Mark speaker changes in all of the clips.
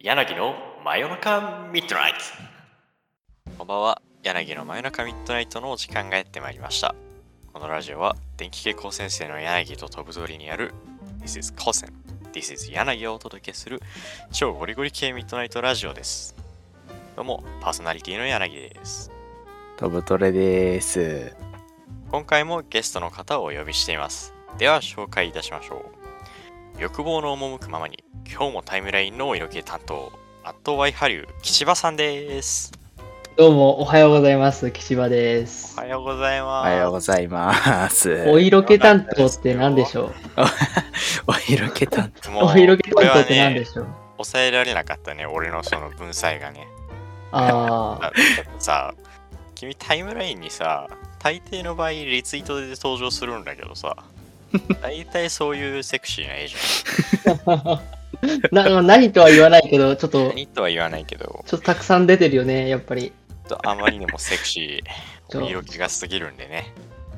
Speaker 1: 柳の真夜中ミッドナイトこんばんは柳の真夜中ミッドナイトのお時間がやってまいりましたこのラジオは電気系高専生の柳と飛ぶ鳥にある This is 高専 This is 柳をお届けする超ゴリゴリ系ミッドナイトラジオですどうもパーソナリティの柳です
Speaker 2: 飛ぶトレです。
Speaker 1: 今回もゲストの方をお呼びしていますでは紹介いたしましょう欲望の赴くままに今日もタイムラインのお色気担当アットワイハリュー岸場さんです
Speaker 3: どうも、おはようございます。岸場です
Speaker 1: お。はようござい
Speaker 2: お
Speaker 1: ます
Speaker 2: はようございます。
Speaker 3: お色気担当って何でしょ
Speaker 2: お色気担
Speaker 1: う
Speaker 3: うお色気
Speaker 1: これ
Speaker 3: 担当
Speaker 1: は
Speaker 3: って何
Speaker 1: ね
Speaker 3: でしょう
Speaker 1: 抑えられなかったね俺のその文才がね
Speaker 3: ああ、
Speaker 1: あさあ君タイムラインにさ大抵の場合リツイートで登場するんだけどさ大体そういうセクシーな絵じ
Speaker 3: な何とは言わないけど、ちょっ
Speaker 1: ゃん
Speaker 3: と、ちょっ
Speaker 1: 何とは言わないけど
Speaker 3: とたくさん出てるよね、やっぱり。
Speaker 1: ちょっとあまりにもセクシ
Speaker 3: ち
Speaker 1: ー
Speaker 3: ょ
Speaker 1: お色気がすぎるんでね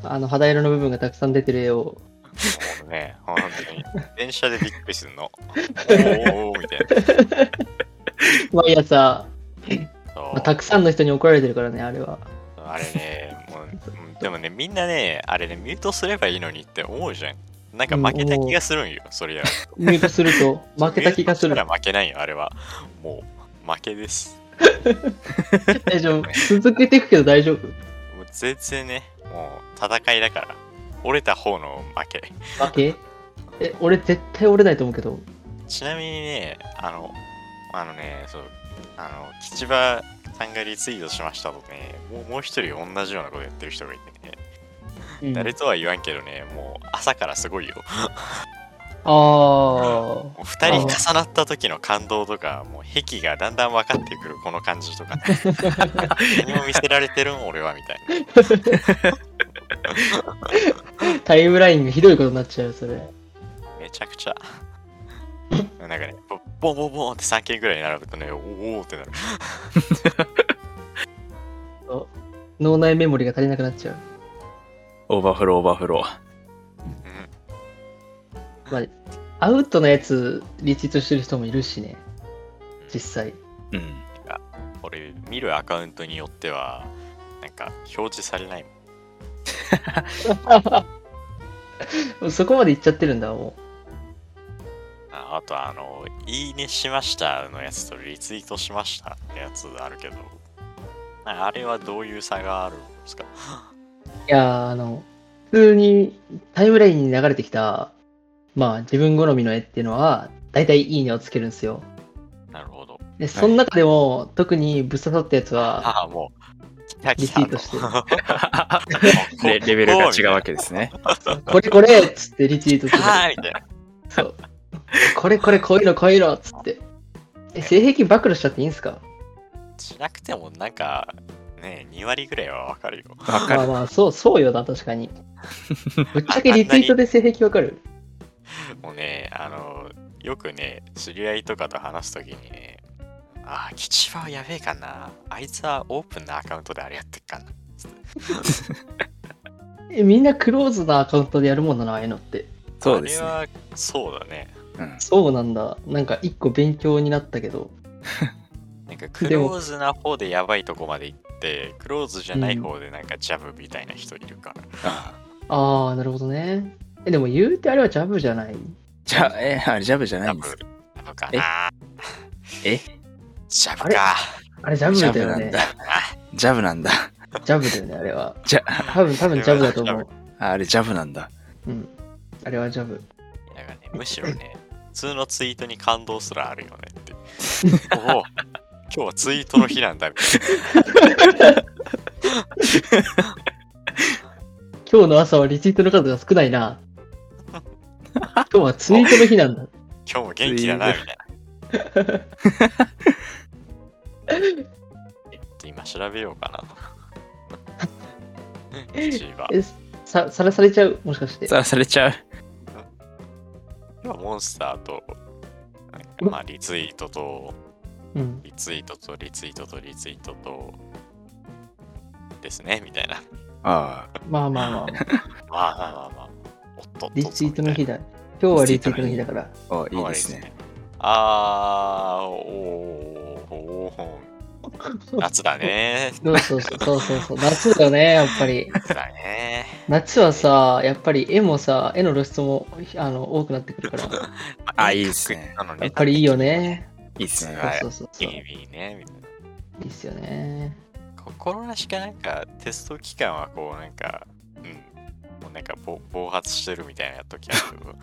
Speaker 3: あの肌色の部分がたくさん出てる絵を。
Speaker 1: もうね、本当に。電車でびっくりする の。おーおーみたいな。
Speaker 3: 毎朝、
Speaker 1: そう
Speaker 3: まあ、たくさんの人に怒られてるからね、あれは。
Speaker 1: あれね、もううん、でもね、みんなね、あれね、ミュートすればいいのにって思うじゃん。なんか負けた気がするんよ、それやると。
Speaker 3: ミュートする と、負けた気がする
Speaker 1: ミュー。トしたら負けないよ、あれは。もう、負けです。
Speaker 3: 大丈夫。続けていくけど大丈夫。
Speaker 1: もう全然ね、もう戦いだから。折れた方の負け。
Speaker 3: 負けえ、俺絶対折れないと思うけど。
Speaker 1: ちなみにね、あの、あのね、そう、あの、吉場さんがリツイートしましたとね、もうもう一人同じようなことやってる人がいてね。
Speaker 3: うん、
Speaker 1: 誰とは言わんけどね、もう朝からすごいよ。
Speaker 3: ああ。
Speaker 1: もう2人重なった時の感動とか、もう癖がだんだん分かってくる、この感じとか。何も見せられてるん、俺はみたいな。
Speaker 3: タイムラインがひどいことになっちゃう、それ。
Speaker 1: めちゃくちゃ。なんかね、ボボンボンボンって3件ぐらい並ぶとね、おーおーってなる。
Speaker 3: 脳内メモリが足りなくなっちゃう。
Speaker 2: 当。オーバーフローオーバーフロー。
Speaker 1: うん
Speaker 3: まあ、アウトのやつリツイートしてる人もいるしね、実際。
Speaker 2: うん。
Speaker 1: 俺、見るアカウントによっては、なんか表示されないもん。
Speaker 3: そこまで行っちゃってるんだ、も
Speaker 1: ああと、あの、いいねしましたのやつとリツイートしましたってやつあるけど、ああれはどういう差があるんですか
Speaker 3: う。いやー、あの、普通にタイムラインに流れてきた、まあ自分好みの絵っていうのは、だいたいいいねをつけるんですよ。
Speaker 1: なるほど。
Speaker 3: で、その中でも、特にぶっ刺さったやつは、
Speaker 1: ああ、もう、来た
Speaker 3: リ
Speaker 1: 来
Speaker 3: ツ
Speaker 1: た
Speaker 3: イートして、
Speaker 2: レレベルが違うわけですね。
Speaker 3: これこれっつってリツイートする。
Speaker 1: ああ、みたいな。
Speaker 3: そう。これこれこういうのこういうのっつって。え、性癖暴露しちゃっていいんすか
Speaker 1: しなくても、なんか、ねえ、2割ぐらいはわかるよ。
Speaker 2: わか
Speaker 3: まあ
Speaker 2: る。
Speaker 3: まあ、そう、そうよな、確かに。 ぶっちゃけリツイートで性癖わかる
Speaker 1: もうね、あの、よくね、知り合いとかと話すときにね、ああ、吉場はやべえかな。あいつはオープンなアカウントであれやってっかな。
Speaker 3: え、みんなクローズなアカウントでやるもんだな、ああいうのって。
Speaker 2: そうです
Speaker 1: あれ
Speaker 2: ね。
Speaker 1: は、そうだね。
Speaker 2: うん、
Speaker 3: そうなんだ。なんか一個勉強になったけど。
Speaker 1: なんか、クローズな方でやばいとこまで行って、クローズじゃない方でなんかジャブみたいな人いるから。
Speaker 2: あ
Speaker 3: ああ、なるほどね。え、でも言うてあれはジャブじゃない。
Speaker 2: じゃあ、え、あれジャブじゃ
Speaker 1: ジ
Speaker 2: な
Speaker 1: ャ
Speaker 2: いんです
Speaker 1: ブ
Speaker 2: か。
Speaker 1: ジャブかな。
Speaker 2: え
Speaker 1: ジャブか。
Speaker 3: あれジャブ
Speaker 2: ジャ
Speaker 3: だ
Speaker 2: ブ
Speaker 3: よ
Speaker 2: なん
Speaker 3: ね。
Speaker 2: だ。ジャブなんだ。
Speaker 3: ジャブだよね、あれは。
Speaker 2: じゃ
Speaker 3: 多分、多分ジャブだと思う。
Speaker 2: ああれジャブなんだ。
Speaker 3: うん。あれはジャブ。
Speaker 1: なんかね、むしろね、 普通のツイートに感動すらあるよね って。おお、今日はツイートの日なんだみたい
Speaker 3: 今日の朝はリツイートの数が少ない な。今日はツイートの日なんだ。
Speaker 1: な。今日も元気だなみたいな。今調べようかな。 千葉。
Speaker 3: え、さ、さらされちゃうもしかして。
Speaker 2: さらされちゃう。
Speaker 1: 今モンスターと、なんかまあリツイートと、
Speaker 3: うん。
Speaker 1: リツイートと、リツイートと、リツイートと、ですね、みたいな。
Speaker 2: ああ。
Speaker 3: まあまあま
Speaker 1: ま
Speaker 3: あ。
Speaker 1: あまあまあまあ。おっとっとっと
Speaker 3: リツイートの日だ。今日はリツイートの日だから。
Speaker 2: おい
Speaker 1: い
Speaker 2: いですね。。
Speaker 1: あー、おーおもう夏だね
Speaker 3: そうそうそうそうそうそう。夏だよね、やっぱり。
Speaker 1: 夏だね
Speaker 3: 夏はさ、やっぱり絵もさ、絵の露出もあの多くなってくるから、や
Speaker 2: あいいっすね
Speaker 1: なのね
Speaker 3: っぱりいいよね。
Speaker 2: いいっすね。
Speaker 1: はい
Speaker 3: そうそうそう
Speaker 1: い
Speaker 3: そう。い
Speaker 1: いねみたいない
Speaker 3: っすよね。
Speaker 1: 心なしかなんかテスト期間はこうなんかうんもうなんかぼ暴発してるみたいな時あるけど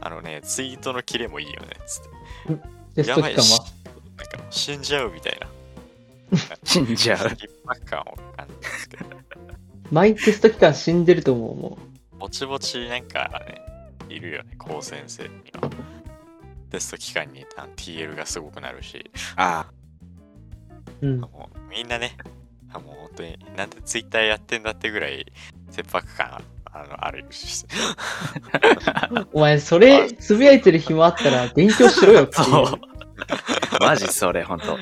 Speaker 1: あのねツイートのキレもいいよねつって
Speaker 3: テスト期間
Speaker 1: し
Speaker 3: は。
Speaker 1: なんか死んじゃうみたいな
Speaker 2: 死んじゃう。
Speaker 1: 緊迫感を感じますけど
Speaker 3: 毎テスト期間死んでると思う、も
Speaker 1: ぼちぼちなんかねいるよね高先生にはテスト期間にあの TL がすごくなるし
Speaker 2: あ
Speaker 3: う。うん。
Speaker 1: もうみんなね、あもう本当に、なんでツイッターやってんだってぐらい、切迫感あのあるし、
Speaker 3: お前、それ、つぶやいてる暇あったら勉強し ろよって
Speaker 2: あ。
Speaker 3: い
Speaker 2: そう
Speaker 3: う。。
Speaker 2: マジそれ、ほんと。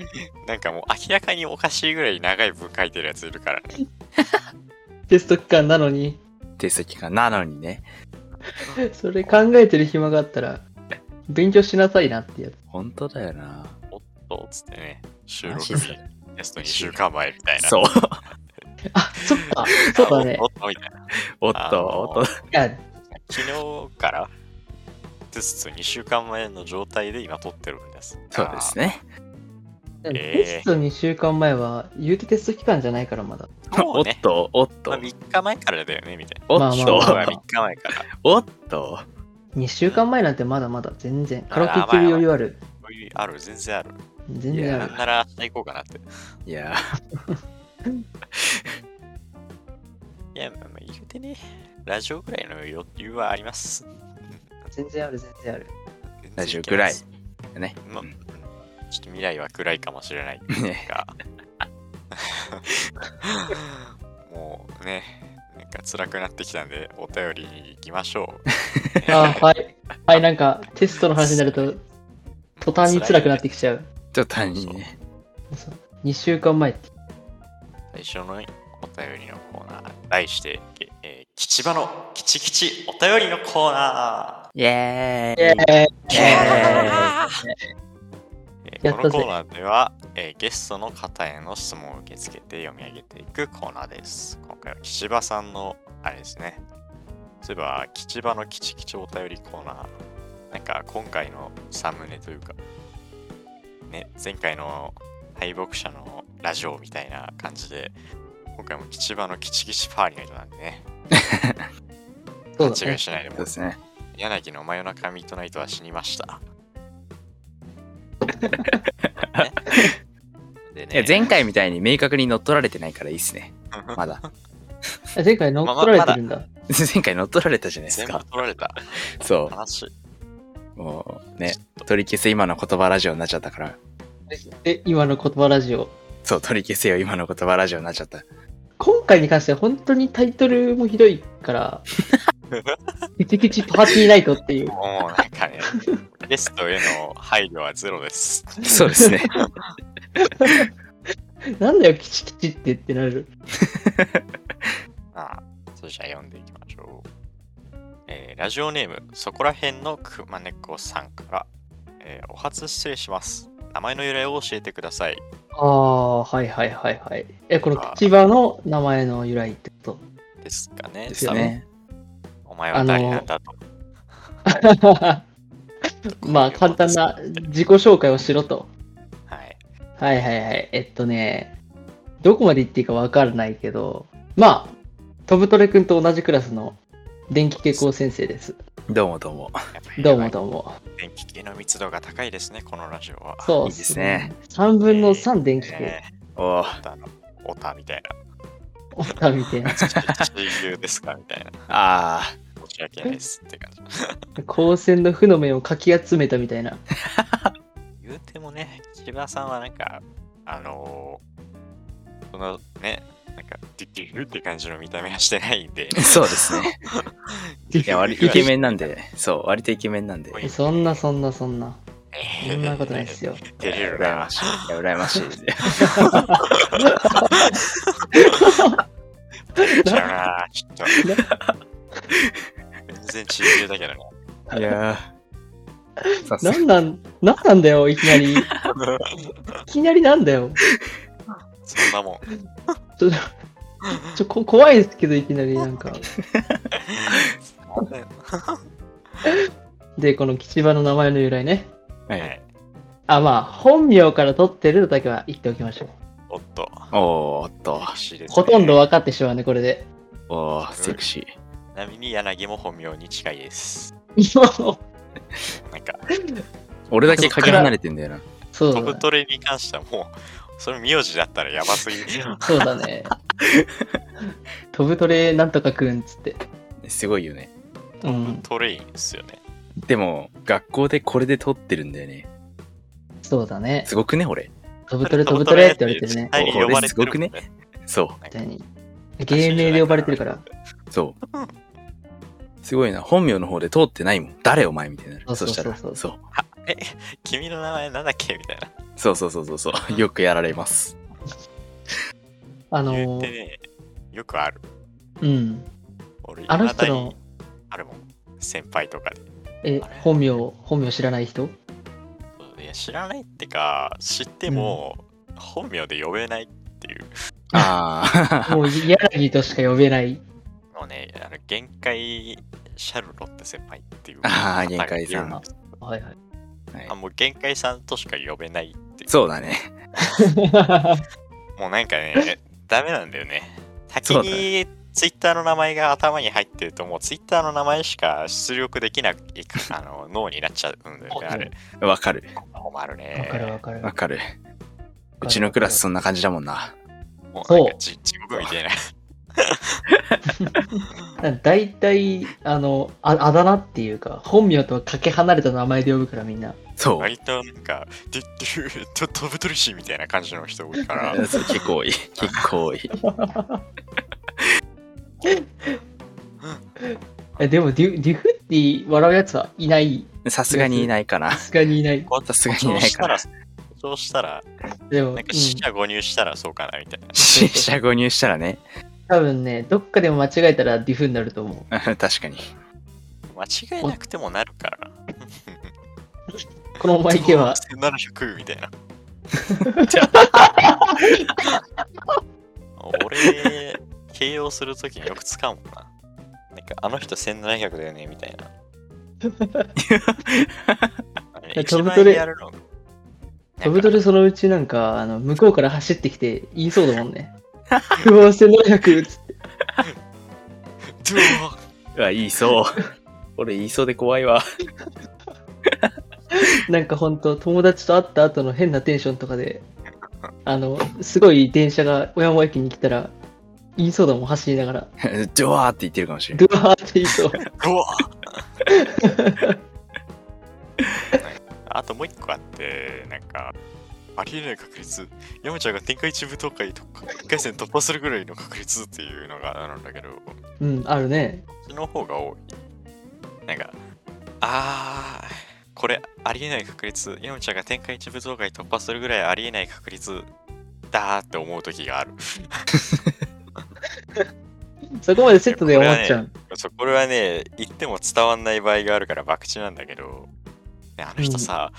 Speaker 1: なんかもう明らかにおかしいぐらい長い文書いてるやついるからね。
Speaker 3: テスト期間なのに、
Speaker 2: テスト期間なのにね。
Speaker 3: それ考えてる暇があったら、勉強しなさいなってやつ。
Speaker 2: ほんとだよな。
Speaker 1: おっと、つってね、収
Speaker 2: マ
Speaker 1: 録
Speaker 2: ジ
Speaker 1: 日、
Speaker 2: それ
Speaker 1: テスト2週間前みたいな。
Speaker 2: そう。
Speaker 3: あ、そっか。そうだね
Speaker 1: あお。っと、おっとみたいな。
Speaker 2: おっ
Speaker 1: あ
Speaker 2: と、
Speaker 1: の
Speaker 2: おっと。
Speaker 3: いや、
Speaker 1: 昨日から、テスト2週間前の状態で今撮ってるんです。
Speaker 2: そうですね。
Speaker 3: テスト2週間前は、言うてテスト期間じゃないからまだ。
Speaker 1: あー。も
Speaker 2: お
Speaker 1: う
Speaker 2: っ
Speaker 1: ね、
Speaker 2: と、おっと
Speaker 1: まあ、、3日前からだよね、みたいな。
Speaker 2: お
Speaker 3: まあ
Speaker 2: っ
Speaker 3: まあ
Speaker 1: そうだ、3
Speaker 2: と、
Speaker 1: 日前から。
Speaker 2: おっと。
Speaker 3: 2週間前なんてまだまだ全然。カラオケ
Speaker 1: あ
Speaker 3: 行ける余裕ある。
Speaker 1: こういうある、全然ある。
Speaker 3: 全
Speaker 2: い
Speaker 3: 然
Speaker 2: や
Speaker 3: あ
Speaker 1: な
Speaker 3: る
Speaker 1: ん。なら明日行こうかなって。
Speaker 2: いや
Speaker 1: いや、まあ、まあ言うてね、ラジオぐらいの余裕はあります。
Speaker 3: 全然ある、全然ある。
Speaker 2: ラジオぐらい
Speaker 1: 全然
Speaker 2: ー、ね。
Speaker 1: いけます。まあ、うんちょっと未来は暗いかもしれない
Speaker 2: ね
Speaker 1: が、もうね、なんか辛くなってきたんで、お便りに行きましょう。
Speaker 3: あ、はい。はい、なんか、テストの話になると、途端に辛くなってきちゃう。
Speaker 2: ちょっと単にね。
Speaker 3: 2週間前って。
Speaker 1: 最初のお便りのコーナー、題して、けえー、吉場のキチキチお便りのコーナ
Speaker 2: イェ
Speaker 3: イェーイ
Speaker 2: ーイ。
Speaker 1: ー。
Speaker 2: イエー
Speaker 1: え
Speaker 3: や
Speaker 1: ー
Speaker 3: っ
Speaker 1: このコ
Speaker 3: たぜ
Speaker 1: ーナーでは、えーゲストの方への質問を受け付けて読み上げていくコーナーです。今回は岸場さんのあれですね。そういえば、岸場のキチキチお便りコーナー。なんか今回のサムネというか、ね、前回の敗北者のラジオみたいな感じで、今回も岸場のキチキチパーにななんでね、
Speaker 3: そ
Speaker 1: 間
Speaker 3: うだ
Speaker 1: 違
Speaker 3: ね
Speaker 1: い。しないでも
Speaker 2: そう
Speaker 1: う、
Speaker 2: ですね。
Speaker 1: 柳の真夜中ミッドナイトは死にま した。ね
Speaker 2: いや、前回みたいに明確に乗っ取られてないからいいっ すね。まだ。
Speaker 3: 前回乗っ取られてるんだ。
Speaker 2: 前回乗っ取られたじゃないです
Speaker 1: 全部
Speaker 2: か。
Speaker 1: 取られた
Speaker 2: そ
Speaker 1: 話。
Speaker 2: う。もうね、取り消せ今の言葉ラジオになっちゃったから。
Speaker 3: え、今の言葉ラジオ。
Speaker 2: そう、取り消せよ今の言葉ラジオになっち ゃった。
Speaker 3: 今回に関しては本当にタイトルもひどいから、キチキチパーティーナイトっていう。
Speaker 1: もうなんかね、ゲストへの配慮はゼロです。
Speaker 2: そうですね。
Speaker 3: なんだよ、キチキチってってなる。
Speaker 1: ああそれじゃあ読んでいきましょう。えーラジオネーム、そこら辺のくま猫さんから、えーお初失礼します。名前の由来を教えてください。
Speaker 3: ああ、はいはいはいはい。え、この口場の名前の由来ってこ
Speaker 1: ですかね。
Speaker 2: ですね。
Speaker 1: 多分お前は誰なんだと。
Speaker 3: と。まあ、簡単な自己紹介をしろと。
Speaker 1: はい。
Speaker 3: はいはいはい。えっとね、どこまで行っていいかわからないけど、まあ、飛ぶトレ君と同じクラスの電気系高先生です。
Speaker 2: どうもどうも。
Speaker 3: どうもどうも。
Speaker 1: 電気系の密度が高いですね、このラジオ は。
Speaker 3: そう
Speaker 2: いいです。ね。
Speaker 3: 3分の3電気系。
Speaker 1: え
Speaker 2: おお。
Speaker 1: ーあのオタみたいな。
Speaker 3: おったみたいな。
Speaker 1: 親友ですかみたいな。
Speaker 2: あ
Speaker 1: 申し訳ないですって感じ。
Speaker 3: 光線の負の面をかき集めたみたいな。
Speaker 1: 言うてもね、木村さんはなんか、あのー、そのね、なんか、デュデュって感じの見た目はしてないんで、
Speaker 2: あ。そうですね。いや、 割イケメンなんで、そう、割とイケメンなんで。
Speaker 1: い
Speaker 3: そんなそんなそんな。
Speaker 1: え
Speaker 3: そんなことないです よ。
Speaker 1: 照れる
Speaker 2: 羨
Speaker 1: な
Speaker 2: ま。しい。いや、羨ましい。
Speaker 1: 照れるな、ちょっと。全然中 流だけどね。
Speaker 2: いやーさすが
Speaker 3: なんなん、なんなんだよ、いきなり。いきなりなんだよ。
Speaker 1: そんなもん。
Speaker 3: ちょ、ちょこ怖いですけど、いきなりなんか。で、この吉場の名前の由来ね。
Speaker 2: はい。
Speaker 3: あ、まあ、本名から取ってるのだけは言っておきましょう。
Speaker 1: おっと、
Speaker 2: おーっと。
Speaker 1: 惜しいですね
Speaker 3: ほとんど分かってしまうね、これで。
Speaker 2: おー、セクシー。
Speaker 1: ちなみに柳も本名に近いです。なんか、
Speaker 2: 俺だけかけ離れてんだよな。
Speaker 3: そ
Speaker 1: ト
Speaker 3: うだ
Speaker 1: ブ
Speaker 3: ね。
Speaker 1: トレに関してはもう、それ名字だったらやばすぎる。
Speaker 3: そうだね。飛ぶトレなんとかくんっつって。
Speaker 2: すごいよね。
Speaker 3: う
Speaker 1: トブ
Speaker 3: ん、
Speaker 1: トレインですよね。
Speaker 2: でも、学校でこれで撮ってるんだよね。
Speaker 3: そうだね。
Speaker 2: すごくね、俺。
Speaker 3: 飛ぶトレ飛ぶトレって言われてるね。
Speaker 1: 絶対に呼ばれてるもん
Speaker 2: これそ
Speaker 3: 絶対に芸名で呼ばれてるから。
Speaker 2: う、そう。すごいな。本名の方で通ってないもん。誰お前みたいになる。
Speaker 3: そうそうそうそう
Speaker 2: そしたら。
Speaker 1: え、君の名前なんだっけみたいな。
Speaker 2: そうそうそうそうそうそう。よくやられます。
Speaker 3: あ
Speaker 1: 言
Speaker 3: の
Speaker 1: って
Speaker 3: ー、
Speaker 1: ね、よくある。
Speaker 3: うん。
Speaker 1: 俺、
Speaker 3: あの人
Speaker 1: 未だに
Speaker 3: の、
Speaker 1: あるもん。先輩とかで。
Speaker 3: え
Speaker 1: あれ、
Speaker 3: 本名、本名知らない人
Speaker 1: いや知らないってか、知っても、本名で呼べないっていう。
Speaker 2: ああ。
Speaker 3: もう、柳としか呼べない。
Speaker 1: もうね、あの、限界シャルロって先輩っていう。
Speaker 2: あー限界さん
Speaker 1: あ
Speaker 3: はいはい。
Speaker 1: あ、もう限界さんとしか呼べないっていう。
Speaker 2: そうだね。
Speaker 1: もうなんかね、 ダメなんだよね。先
Speaker 2: そうだ
Speaker 1: にツイッターの名前が頭に入ってると、もうツイッターの名前しか出力できないか あの脳になっちゃうんだよね、あれ。
Speaker 2: わかる。
Speaker 1: 困る
Speaker 3: わかるわ
Speaker 1: ね。
Speaker 3: かる
Speaker 2: わ。かる。うちのクラスそんな感じだもんな。
Speaker 1: もうなんか
Speaker 3: そう
Speaker 1: じ地獄みたいな。
Speaker 3: だいたい、あの、ああだ名っていうか、本名とはかけ離れた名前で呼ぶからみんな。
Speaker 2: そう。
Speaker 1: 割となんか、デュッデューと飛ぶ鳥師みたいな感じの人多いから。
Speaker 2: そう結 構多い。結構多い。
Speaker 3: え、でもデュ、デュフって笑うやつはいない。
Speaker 2: さすがにいないか
Speaker 3: さ
Speaker 2: な。
Speaker 3: すがにいない。
Speaker 2: さすがにいないかな。
Speaker 1: そうしたら、
Speaker 3: でも、う
Speaker 1: なんんか死者誤入したらそうかなみたいな。
Speaker 2: 新車購入したらね。
Speaker 3: 多分ね、どっかでも間違えたらデュフになると思う。
Speaker 2: 確かに。
Speaker 1: 間違いなくてもなるから。
Speaker 3: このお 前では、
Speaker 1: 700みたいな。俺、形容するときによく使うもんな。なんか、あの人1700だよねみたい な。あれ
Speaker 3: 飛
Speaker 1: 一
Speaker 3: ぶ
Speaker 1: 番
Speaker 3: 鳥
Speaker 1: やるの。
Speaker 3: 飛ぶ鳥そのうちなんか、あの、向こうから走ってきて言いそうだもんね。不法1700つって
Speaker 1: 鳥。うわ
Speaker 2: うわ、言 いそう。俺言いそうで怖いわ。
Speaker 3: なんかほんと、友達と会った後の変なテンションとかで、あの、すごい電車が小山駅に来たら、言いそうだもん、走りながら。
Speaker 2: ドワーって言ってるかもしれない。
Speaker 3: ドワーって言いそう。
Speaker 1: うわ あともう一個あって、なんか、ありえない確率、山ちゃんが天下一武闘会とか、一回戦突破するぐらいの確率っていうのがあるんだけど、こ
Speaker 3: うん、あるね。
Speaker 1: っちの方が多い。なんか、あー、これありえない確率、山ちゃんが天下一武闘会突破するぐらいありえない確率だーって思う時がある。
Speaker 3: そこまでセットで思っちゃう。
Speaker 1: そうこれはね言っても伝わんない場合があるから博打なんだけど、ね、あの人さ、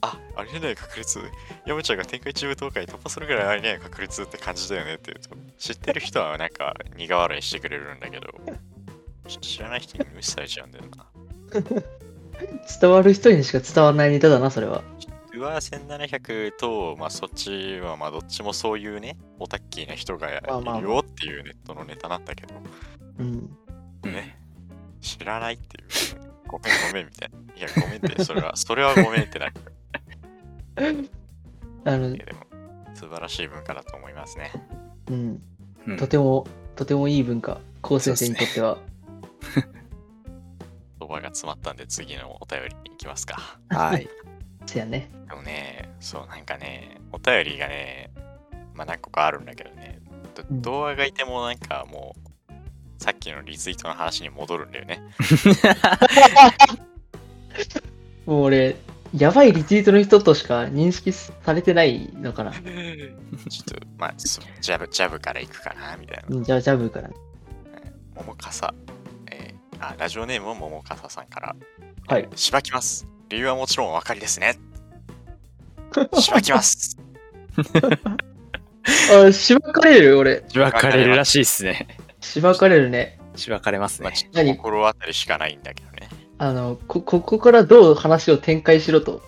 Speaker 1: あありえない確率山ちゃんが天下一武闘会突破するぐらいありえない確率って感じだよねって言うと知ってる人はなんか苦笑いしてくれるんだけど知知らない人に無視されちゃうんだよな
Speaker 3: 伝わる人にしか伝わらないネタだな、それは。
Speaker 1: うわ1700と、まあ、そっちはまあどっちもそういうねオタッキーな人がい
Speaker 3: まあまあ
Speaker 1: るよっていうネットのネタなんだけど
Speaker 3: うん。
Speaker 1: ね、知らないっていう。ごめんごめんみたいな。いや、ごめんって、それは、それはごめんってなる。
Speaker 3: あの
Speaker 1: い、や、でも、素晴らしい文化だと思いますね。
Speaker 3: うん。
Speaker 2: うん
Speaker 3: とても、とてもいい文化。高先生にとっては。
Speaker 1: 言葉が詰まったんで、次のお便りに行きますか。
Speaker 2: はい。
Speaker 3: せやね。
Speaker 1: でもね、そう、なんかね、お便りがね、まあ何個かあるんだけどね、ど
Speaker 3: うん
Speaker 1: 動画がいてもなんかもう、さっきのリツイートの話に戻るんだよね。
Speaker 3: もう俺、やばいリツイートの人としか認識されてないのかな。
Speaker 1: ちょっと、まあ、そうジャブ、ジャブから行くかな、みたいな。
Speaker 3: うんじゃあ、ジャブから。
Speaker 1: 桃笠、えーあラジオネームは桃笠さんから、
Speaker 3: はい
Speaker 1: えーしばきます理由はもちろんお分かりですねしばきます。
Speaker 3: あ、しばかれる俺。
Speaker 2: しばかれるらしいっすね。
Speaker 3: しばかれるね。
Speaker 2: しばかれます
Speaker 1: ま
Speaker 2: ね
Speaker 1: あ、。ちょっと
Speaker 3: 何
Speaker 1: 心当たりしかないんだけどね。
Speaker 3: あの、こ、ここからどう話を展開しろ と。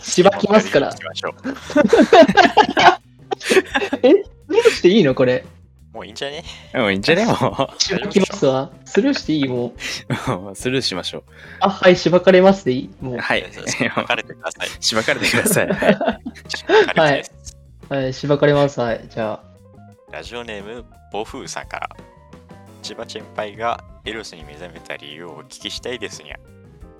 Speaker 3: しばきますから
Speaker 1: しばきましょう
Speaker 3: スルーしていいのこれ。
Speaker 1: もういいんじゃね
Speaker 2: も ういいんじゃねも
Speaker 3: しばきますわ。スルーしていいもう。
Speaker 2: う。もうスルーしましょ
Speaker 3: あ、はい、しばかれますでいい。もう
Speaker 2: う。。はい。
Speaker 1: 別れてください。
Speaker 2: しばかれてくだ さい。はい
Speaker 1: 縛かれてです
Speaker 3: はい、しばかれます。はい、じゃ
Speaker 1: ラジオネーム、ボフーさんから。千葉先輩がエロスに目覚めた理由をお聞きしたいですにゃ。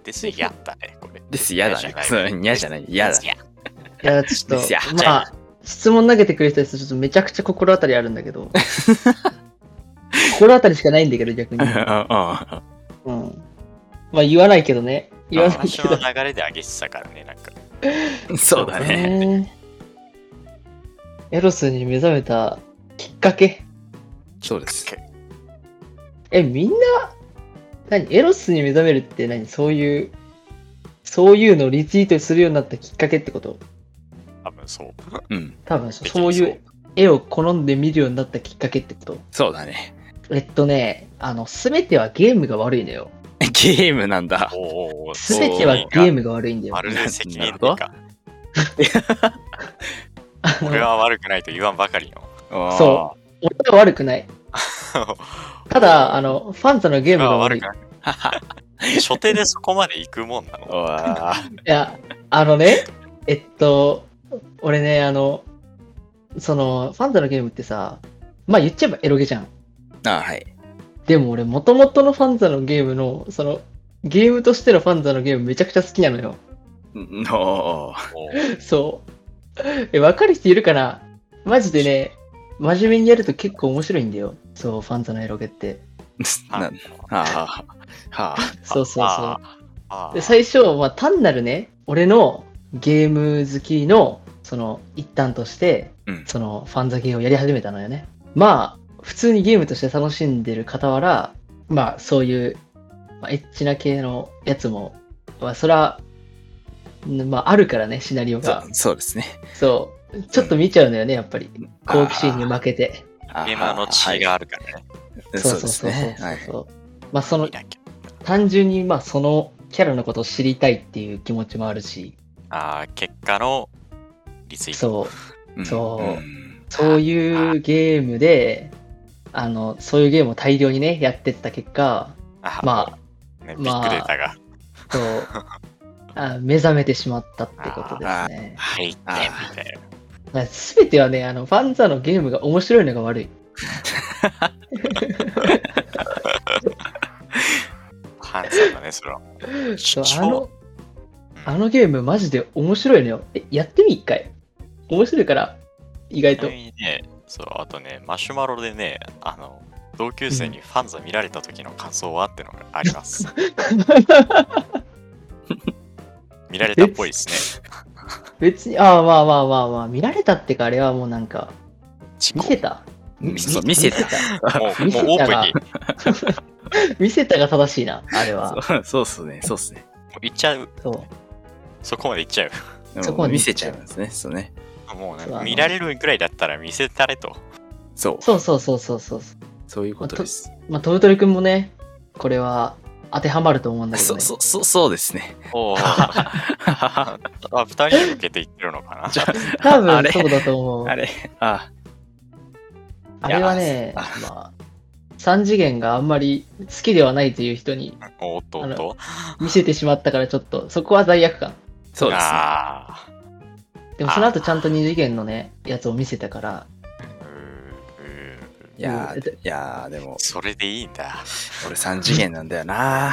Speaker 1: ですやったね、これ。
Speaker 2: です、嫌だね。そう、にゃじゃない。嫌だ
Speaker 1: です。や
Speaker 3: あ。いや、ちょっ
Speaker 2: ですや
Speaker 3: と、まあ、質問投げてくれたやつ、ちょっとめちゃくちゃ心当たりあるんだけ ど。心当たりしかないんだけど、逆に
Speaker 2: う。んうんうん
Speaker 3: うん。まあ、言わないけどね。言わない
Speaker 1: 話
Speaker 3: け
Speaker 1: の
Speaker 3: ど。
Speaker 1: 流れであげてたからね、なんか。
Speaker 2: そうだね。
Speaker 3: ね。エロスに目覚めたきっかけ。
Speaker 2: そうです。
Speaker 3: え、みんな、何エロスに目覚めるって何そういう、そういうのをリツイートするようになったきっかけってこと
Speaker 1: 多分そう。
Speaker 2: うん。
Speaker 3: 多分そ、そういう絵を好んで見るようになったきっかけってこと
Speaker 2: そうだね。
Speaker 3: えっとね、あの、すべてはゲームが悪いのよ。
Speaker 2: ゲームなんだ。
Speaker 1: おうおう
Speaker 3: すべてはゲームが悪いんだよ
Speaker 1: ま。るで責任 とか。俺は悪くないと言わんばかりの。
Speaker 3: そ俺は悪くない。ただ、あの、ファンタのゲーム
Speaker 1: 俺
Speaker 3: が
Speaker 1: は
Speaker 3: 悪
Speaker 1: 悪
Speaker 3: い。
Speaker 1: くな
Speaker 3: い
Speaker 1: い。初手でそこまで行くもんな
Speaker 2: う。
Speaker 1: の。
Speaker 2: おー
Speaker 3: や、あ のね、えっと、俺ね、あの、その、ファンタのゲームってさ、まあ言っちゃえばエロゲじゃん。
Speaker 2: あ、はい。
Speaker 3: でも俺、もともとのファンザのゲームの、その、ゲームとしてのファンザのゲームめちゃくちゃ好きなのよ。
Speaker 2: の
Speaker 1: おう
Speaker 3: そう。え、わかる人いるかなマジでね、真面目にやると結構面白いんだよ。そう、ファンザのエロゲって。
Speaker 2: なはあ、はあ、
Speaker 3: そうそうそ
Speaker 1: ああ
Speaker 3: う。で、最初、まあ単なるね、俺のゲーム好きの、その、一端として、
Speaker 2: うん
Speaker 3: その、ファンザゲーをやり始めたのよね。まあ、普通にゲームとして楽しんでる傍ら、まあ、そういう、まあ、エッチな系のやつも、まあ、そら、んまあ、あるからね、シナリオ
Speaker 2: そ
Speaker 3: が
Speaker 2: う。そうですね。
Speaker 3: そう。ちょっと見ちゃうのよね、やっぱり。好奇心に負けて。
Speaker 2: あー
Speaker 1: ゲーマーの血があるからね。
Speaker 2: はいそうですね。はい。
Speaker 3: そうまあ、その
Speaker 1: 見、なきゃ
Speaker 3: 単純に、まあ、そのキャラのことを知りたいっていう気持ちもあるし、
Speaker 1: ああ、結果のリツイート。
Speaker 3: そう。
Speaker 2: うん
Speaker 3: そうんそういうゲームで、あの、そういうゲームを大量にね、やってった結果、
Speaker 1: あ
Speaker 3: ま
Speaker 1: あ、ね、ビッ
Speaker 3: ま
Speaker 1: グ
Speaker 3: あ
Speaker 1: データが
Speaker 3: あ、そうあ、目覚めてしまったってことですね。
Speaker 1: 入ってみたいな。
Speaker 3: すべてはね、あの、ファンザのゲームが面白いのが悪い。
Speaker 1: ハンさんだね、それは。
Speaker 3: そう
Speaker 1: し
Speaker 3: あの、
Speaker 1: うん
Speaker 3: あのゲームマジで面白いのよ。え、やってみ一回。面白いから、意外
Speaker 1: ちな
Speaker 3: と。
Speaker 1: みにね、そう、あとね、マシュマロでね、あの、同級生にファンザ見られた時の感想はってのがあり ます。見られたっぽいですね。
Speaker 3: 別に、ああ、まあまあまあまあ、見られたってか、あれはもうなんか、
Speaker 1: 事
Speaker 3: 見
Speaker 1: 故
Speaker 3: せた
Speaker 2: うんそう見せた。
Speaker 1: もう、
Speaker 3: 見せた
Speaker 1: もうオープン
Speaker 3: が
Speaker 1: に、
Speaker 3: 見せたが正しいな、あれは。
Speaker 2: そうそうっすね。そうっすね。
Speaker 1: もう行っちゃう、
Speaker 3: そう。
Speaker 1: そこまで行っ ちゃ
Speaker 3: そこまで
Speaker 2: 見せちゃうんですね。そうね。
Speaker 1: う。もうね
Speaker 3: そうあ、の
Speaker 1: 見られるぐらいだったら見せたれと。
Speaker 2: そう。
Speaker 3: そうそうそうそうそう。
Speaker 2: そういうことです。
Speaker 3: まあ、トルトル君もね、これは当てはまると思うんだけど、
Speaker 2: そう
Speaker 3: ね。
Speaker 2: そうそうそうですね。
Speaker 1: おお。 あ、二人に向けて言ってるのかな。
Speaker 2: じゃ
Speaker 3: 多
Speaker 2: あ
Speaker 3: 分
Speaker 2: れ
Speaker 3: そうだと思う。あ
Speaker 2: あ
Speaker 3: れ
Speaker 2: れあ
Speaker 3: はね、
Speaker 2: いや
Speaker 3: まあ、3次元があんまり好きではないという人に
Speaker 1: おっとおっと。
Speaker 3: 見せてしまったから、ちょっとそこは罪悪感。
Speaker 2: そうですね。
Speaker 1: あ
Speaker 3: でもその後ちゃんと2次元のね、やつを見せたから、
Speaker 1: あ。うーうー
Speaker 2: いや
Speaker 3: うん
Speaker 2: ー、いやーでも、
Speaker 1: それでいいんだ。
Speaker 2: 俺3次元なんだ よな。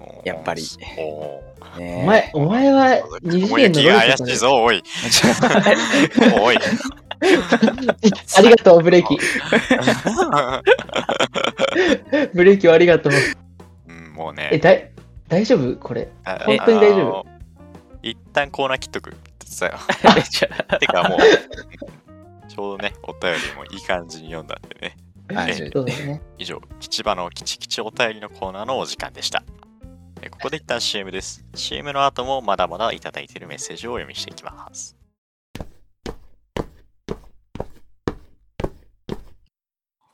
Speaker 1: おー
Speaker 2: やっぱり。
Speaker 1: おお。
Speaker 2: ね
Speaker 3: お 前、お前は2次
Speaker 1: 雲行
Speaker 3: 元
Speaker 1: き
Speaker 3: の
Speaker 1: が
Speaker 3: ロジ
Speaker 1: 怪
Speaker 3: コ
Speaker 1: し
Speaker 3: で
Speaker 1: いぞ、おい。おい。
Speaker 3: ありがとう、ブレ ーキ。ブレーキをありがとう。
Speaker 1: うんもう
Speaker 3: え、
Speaker 1: ね。
Speaker 3: だい大丈夫これ。
Speaker 1: あ
Speaker 3: 本当に大丈夫
Speaker 1: あの一旦コーナー切っとくって言ってたよ。
Speaker 2: じゃ
Speaker 1: てか もう、ちょうどね、お便りもいい感じに読んだんでね。
Speaker 2: ああじゃあ
Speaker 3: そうですね。
Speaker 1: 以上、吉場のキチキチお便りのコーナーのお時間でした。えーここで一旦 CM です。CM の後もまだまだいただいているメッセージをお読みしていきます。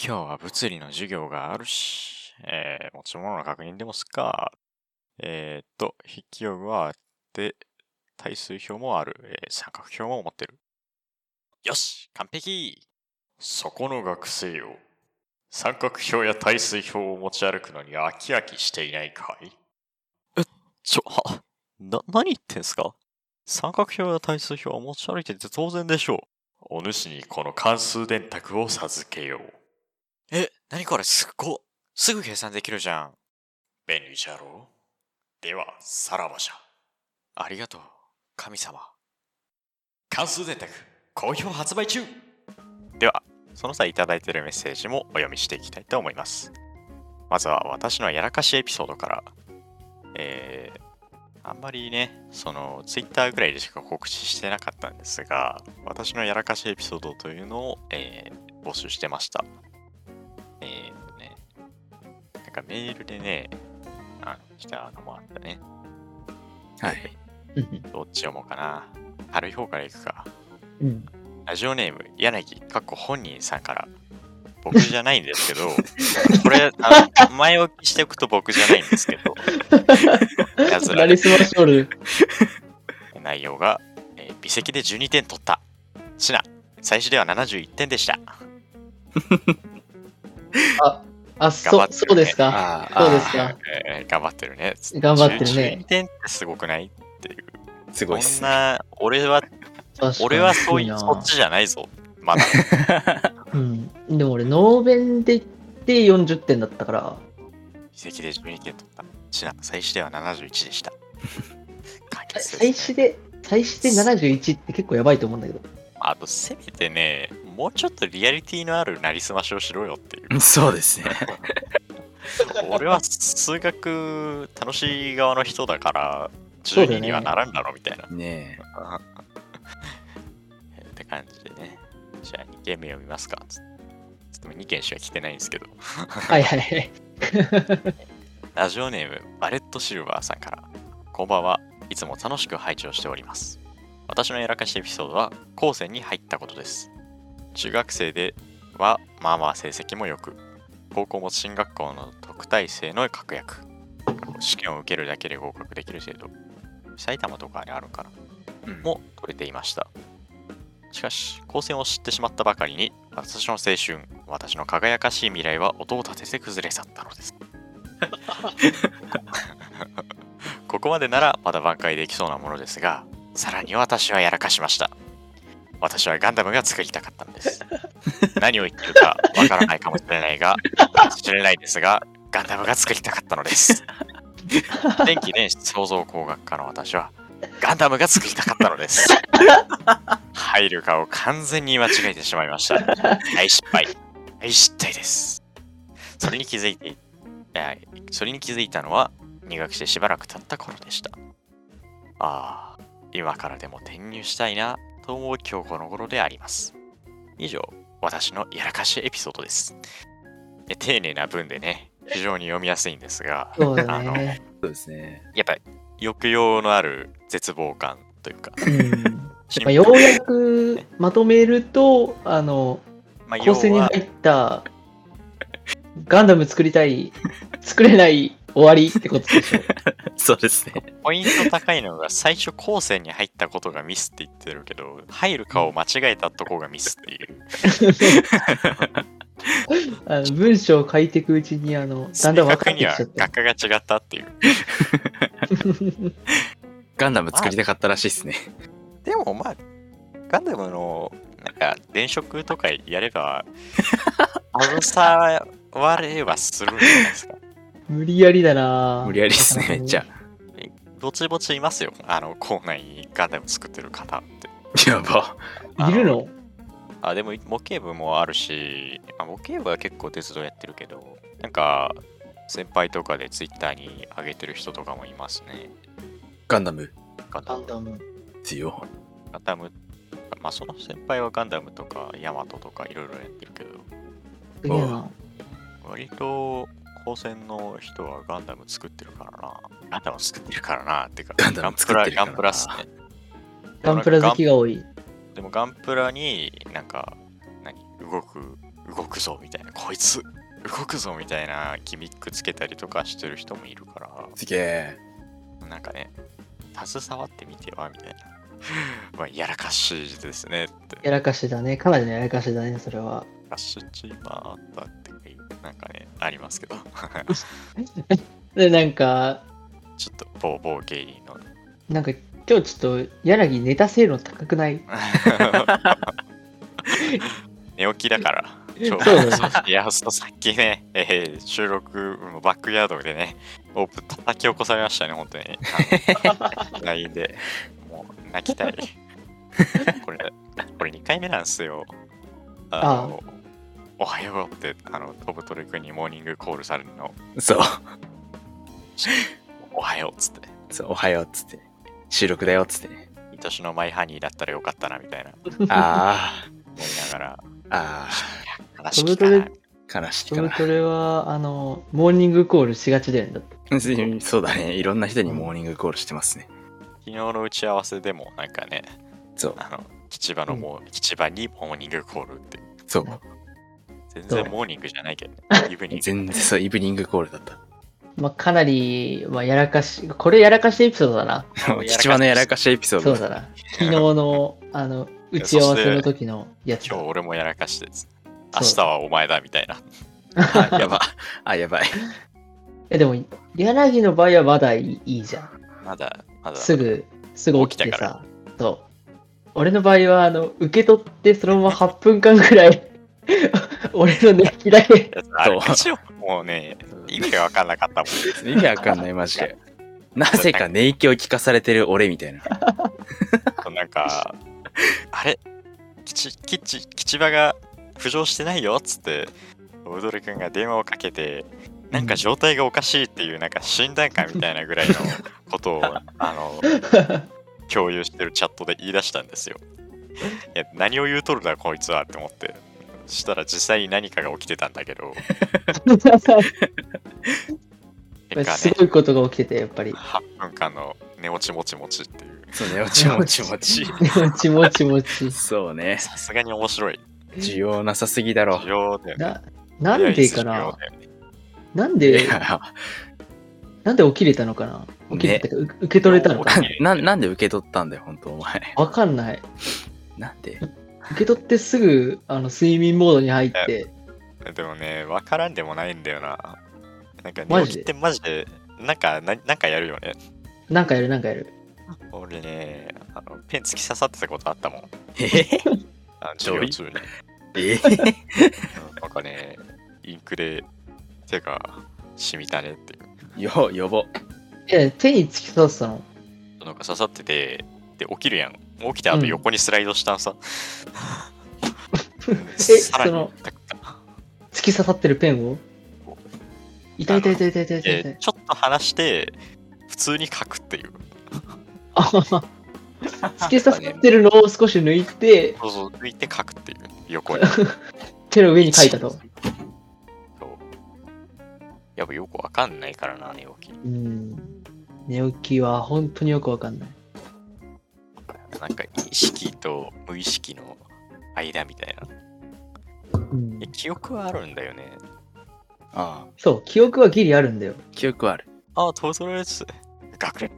Speaker 1: 今日は物理の授業があるし、えー持ち物の確認でもすっか。えーっと、筆記用具はあって、対数表もある、えー三角表も持ってる。よし完璧そこの学生よ。三角表や対数表を持ち歩くのに飽き飽きしていないかいえ、ちょ、は、な、何言ってんすか三角表や対数表を持ち歩いてて当然でしょう。お主にこの関数電卓を授けよう。え、何これすっごすぐ計算できるじゃん。便利じゃろうでは、さらばじゃ。ありがとう、神様。関数電卓、好評発売中では、その際いただいているメッセージもお読みしていきたいと思います。まずは私のやらかしエピソードから。えーあんまりね、その Twitter ぐらいでしか告知してなかったんですが、私のやらかしエピソードというのを、えー募集してました。えーとね、なんかメールでね、あ来たのもあったね。
Speaker 2: はい。
Speaker 3: うん
Speaker 1: どっち読もうかな。軽い方からいくか。
Speaker 3: うん。
Speaker 1: ラジオネーム、柳、かっこ本人さんから。僕じゃないんですけど、 これ、あの前置きしておくと僕じゃないんですけど、 やつら
Speaker 3: なりすましょる。
Speaker 1: 内容が、えー、微積で12点取った。シナ、最初では71点でした。
Speaker 3: あ、そ
Speaker 1: 頑張っ
Speaker 3: う、
Speaker 1: てるね
Speaker 3: そうですか。
Speaker 2: あー
Speaker 3: そうですか。
Speaker 1: えー頑張ってるね。
Speaker 3: 頑張ってるね
Speaker 1: 12点ってすごくないっていう。
Speaker 2: あーすご
Speaker 1: こ
Speaker 2: いっす
Speaker 1: ん
Speaker 2: ね。
Speaker 1: な、俺は、
Speaker 3: 確かに
Speaker 1: 俺はそうい
Speaker 3: な
Speaker 1: そっちじゃないぞ。まだ。
Speaker 3: うん。でも俺、ノーベンで行って40点だったから、
Speaker 1: 微積で12点取った。シナ、最初では71でした。完結です
Speaker 3: 最初で、最初で71って結構やばいと思うんだけ ど。
Speaker 1: あとせめてね、もうちょっとリアリティのあるなりすましをしろよっていう。
Speaker 2: そうですね。
Speaker 1: 俺は数学楽しい側の人だから、12にはならんだろみたいな。
Speaker 2: ね
Speaker 1: って感じでね。じゃあ2件目読みますか。ちょっと2件しか来てないんですけど。
Speaker 3: はいはいはい。
Speaker 1: ラジオネーム、バレットシルバーさんから。こんばんは。いつも楽しく拝聴しております。私のやらかしエピソードは、高専に入ったことです。中学生では、まあまあ成績も良く、高校も進学校の特待生の確約。試験を受けるだけで合格できる制度。埼玉とかにあるんかな
Speaker 2: え。も
Speaker 1: も取れていました。しかし、高専を知ってしまったばかりに、私の青春、私の輝かしい未来は音を立てて崩れ去ったのです。ここまでならまだ挽回できそうなものですが、さらに私はやらかしました。私はガンダムが作りたかったんです。何を言ってるかわからないかもしれないが、かもしれないですが、ガンダムが作りたかったのです。電気電子 創造工学科の私は、ガンダムが作りたかったのです。入るかを完全に間違えてしまいました。大失敗。大失態です。それに気づいてい、えーそれに気づいたのは入学してしばらく経った頃でした。ああ、今からでも転入したいなと思う今日この頃であります。以上、私のやらかしエピソードです。え丁寧な文でね、非常に読みやすいんですが、
Speaker 3: そうだ
Speaker 1: あの
Speaker 3: ね。
Speaker 2: そうですね。
Speaker 1: やっぱ抑揚のある絶望感という か、
Speaker 3: うん。
Speaker 1: シンプ
Speaker 3: まあ、
Speaker 1: ル
Speaker 3: ようやくまとめると、あの、
Speaker 1: まあ
Speaker 3: 構成に入ったガンダム作りたい、作れない終わりってこと でしょ。
Speaker 2: そうですね。
Speaker 1: ポイント高いのが最初高専に入ったことがミスって言ってるけど入るかを間違えたとこがミスっていう
Speaker 3: あの文章を書いていくうちにあのだ
Speaker 1: 正
Speaker 3: んだん分か
Speaker 1: 確
Speaker 3: って
Speaker 1: に
Speaker 3: き
Speaker 1: は
Speaker 3: ちゃった。
Speaker 1: 学科が違ったっていう
Speaker 2: ガンダム作りたかったらしいですね。
Speaker 1: でもまあガンダムのなんか電飾とかやれ ば携わればするんじゃないですか
Speaker 3: 無理やりだなぁ
Speaker 2: 無理やりですね、めっちゃ。。
Speaker 1: ぼちぼちいますよあの校内にガンダム作ってる方って
Speaker 2: やば。
Speaker 3: いるの
Speaker 1: あでも模型部もあるし、まあ、模型部は結構鉄道やってるけどなんか先輩とかでツイッターに上げてる人とかもいますね
Speaker 2: ガンダム
Speaker 1: ガンダ
Speaker 3: ガ
Speaker 1: ム
Speaker 3: ンダム。
Speaker 2: 強。
Speaker 1: ガンダムまあその先輩はガンダムとかヤマトとかいろいろやってるけど
Speaker 3: すげえな。
Speaker 1: 割と高専の人はガンダム作ってるからな。ガンダム作ってるからな。ってか、
Speaker 2: ガンダム作ってるからな
Speaker 1: ガンプラガンプラっすね。
Speaker 3: ガンプラ好きが多い。
Speaker 1: でもガンプラになんか、何動く、動くぞみたいな、こいつ、動くぞみたいなギミックつけたりとかしてる人もいるか
Speaker 2: すげえ。
Speaker 1: ら、なんかね、携わってみてはみたいな。 まあ、やらかしいですねって。
Speaker 3: やらかしだね。かなりのやらかしだね、それは。
Speaker 1: ラッシュチーマーあったっていう、なんかね、ありますけど。
Speaker 3: で、なんか、
Speaker 1: ちょっと、ボーボーゲイの。
Speaker 3: なんか今日ちょっと柳ネタ性能高くない
Speaker 1: 寝起きだ から。
Speaker 3: そ
Speaker 1: そうう
Speaker 3: だね
Speaker 1: いや、そうさっきね、えー収録、うんバックヤードでね、オープン叩き起こされましたね、本当に。あ の LINE で、もう泣きたい。これ、これ2回目なんですよ。あのおはようって、あの、トブトレ君にモーニングコールされるの、
Speaker 2: そう。
Speaker 1: おはようっつって。
Speaker 2: そう、おはようっつって。収録だよっつってね。
Speaker 1: 愛しのマイハニーだったらよかったな、みたいな。や
Speaker 2: あ
Speaker 1: りながら、
Speaker 2: あ、あ
Speaker 1: 話聞いたな。
Speaker 2: あ、悲しい
Speaker 3: そ
Speaker 2: か
Speaker 3: れ
Speaker 2: な
Speaker 3: そ。れは、あの、モーニングコールしがちだよね。だって
Speaker 2: そうだね。いろんな人にモーニングコールしてますね。
Speaker 1: 昨日の打ち合わせでも、なんかね、
Speaker 2: そう、
Speaker 1: あの、吉場のもう、吉場にモーニングコールって
Speaker 2: そう。
Speaker 1: 全
Speaker 3: そう
Speaker 1: 然モーニングじゃないけど、イブニン グ。
Speaker 2: 全然そう、イブニングコールだった。
Speaker 3: まあ、かなり、まあ、やらかし、これやらかしエピソードだな。
Speaker 1: もう
Speaker 2: 父親のやらかしエピソー
Speaker 3: そ
Speaker 2: ド
Speaker 3: うだな。昨日の、あの、打ち合わせの時のやつだ
Speaker 1: 今日俺もやらかしてです。
Speaker 3: そう
Speaker 1: 明日はお前だみたいな。
Speaker 2: あやば。あ、やばい。
Speaker 3: え、でも、柳の場合はまだいいいいじゃん。
Speaker 1: まだ、まだ。
Speaker 3: すぐ、すぐ起きて
Speaker 1: 起きたか
Speaker 3: さ。そう。俺の場合は、あの、受け取って、そのまま8分間くらい、 俺の寝起き だけ、
Speaker 1: やつあれ口をもうね、意味が分かんなかったもん。
Speaker 2: 意味わかん ない、マジで。なぜか寝息を聞かされてる俺みたいな。
Speaker 1: なんか、あれ吉吉吉場が浮上してないよっつって、オドル君が電話をかけて、なんか状態がおかしいっていう、なんか診断会みたいなぐ らいのことを、あの、共有してるチャットで言い出したんですよ。いや何を言うとるんだこいつはって思って。そしたら実際に何かが起きてたんだけ ど、結
Speaker 3: す
Speaker 1: 果ね、
Speaker 3: ごいことが起きてて、やっ ぱり。
Speaker 1: 8分間の寝落ちもちもちって いう、
Speaker 2: そうね、もちもちもち。
Speaker 3: もちもちもち。
Speaker 2: そうね。
Speaker 1: さすがに面白い。
Speaker 2: 需要なさすぎだろ
Speaker 1: 需。要だよね。
Speaker 3: な、なんでか
Speaker 1: いやいいです
Speaker 3: な
Speaker 1: よね
Speaker 3: なん
Speaker 2: い
Speaker 3: で、
Speaker 2: や、
Speaker 3: なんで起きれたのかな起きれたか、う受け取れたのか
Speaker 1: 起き
Speaker 2: ななんで受け取ったんだよ、本当お前。
Speaker 3: わかんない。
Speaker 2: なんで
Speaker 3: 受け取ってすぐ、あの、睡眠モードに入って、
Speaker 1: でもね、わからんでもないんだよな。なんか
Speaker 3: マ
Speaker 1: 寝
Speaker 3: ジ
Speaker 1: 起きっ
Speaker 3: で
Speaker 1: てマジで、なんか、ななんかやるよね。
Speaker 3: なんかやるなんかやる。
Speaker 1: 俺ね、あのペン突き刺さってたことあったもん。
Speaker 2: えへ
Speaker 1: あの授業中に。
Speaker 2: へえ
Speaker 1: うんなんかね、インクで手が染みたねっていう。
Speaker 2: へ よ、よぼ。
Speaker 3: え、手に突き刺したの。
Speaker 1: なんか刺さってて、で、起きるやん。起きた後
Speaker 3: うん
Speaker 1: 横にスライドしたんさ。
Speaker 3: え、
Speaker 1: さら
Speaker 3: そ
Speaker 1: に
Speaker 3: の、
Speaker 1: 痛くなっ
Speaker 3: 突き刺さってるペンを痛い痛い痛い痛い痛い痛い痛
Speaker 1: て
Speaker 3: い。
Speaker 1: ちょっと離して、普通に書くっていう。
Speaker 3: あはは 突き刺さってるのを少し抜いて、
Speaker 1: そうそう、抜いて書くっていう。横に。
Speaker 3: 手の上に書いたと
Speaker 1: そう。。やっぱよくわかんないからな、寝起き。
Speaker 3: うん。寝起きは本当によくわかんない。
Speaker 1: なんか意識と無意識の間みたいな。
Speaker 3: うん
Speaker 1: いや、記憶はあるんだよね。
Speaker 2: ああ、
Speaker 3: そう、記憶はギリあるんだよ。
Speaker 2: 記憶はある。
Speaker 1: ああ、トートルです。学年。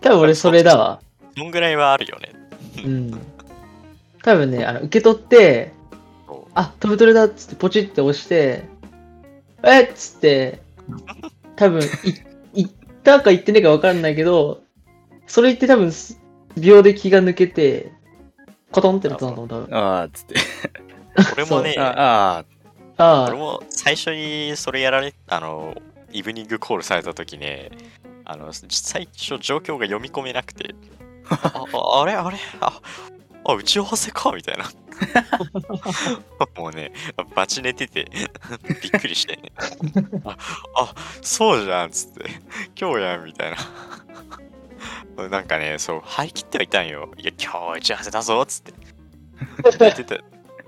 Speaker 3: 多分俺それだわ。
Speaker 1: そんぐらいはあるよね。
Speaker 3: うん。多分ね、あの受け取って、
Speaker 1: そう
Speaker 3: あ、トルトルだっつってポチって押して、えっつって、多分い、言ったか言ってねえか分かんないけど、それ言って多分す、秒で気が抜けて、コトンってなったんだと思う、多分。
Speaker 2: ああ、つって。
Speaker 1: 俺もね、
Speaker 2: ああ、
Speaker 3: あ
Speaker 1: 俺
Speaker 3: あ、
Speaker 1: も最初にそれやられ、あの、イブニングコールされた時ね、あの、最初状況が読み込めなくて、あああれあれあ、あ、打ち合わせかみたいな。もうね、バチ寝てて、びっくりしてね。あ、あそうじゃんっつって、今日やんみたいな。なんかね、そう、張り切ってはいたんよ。いや、今日打ち合わせだぞっつって。寝てた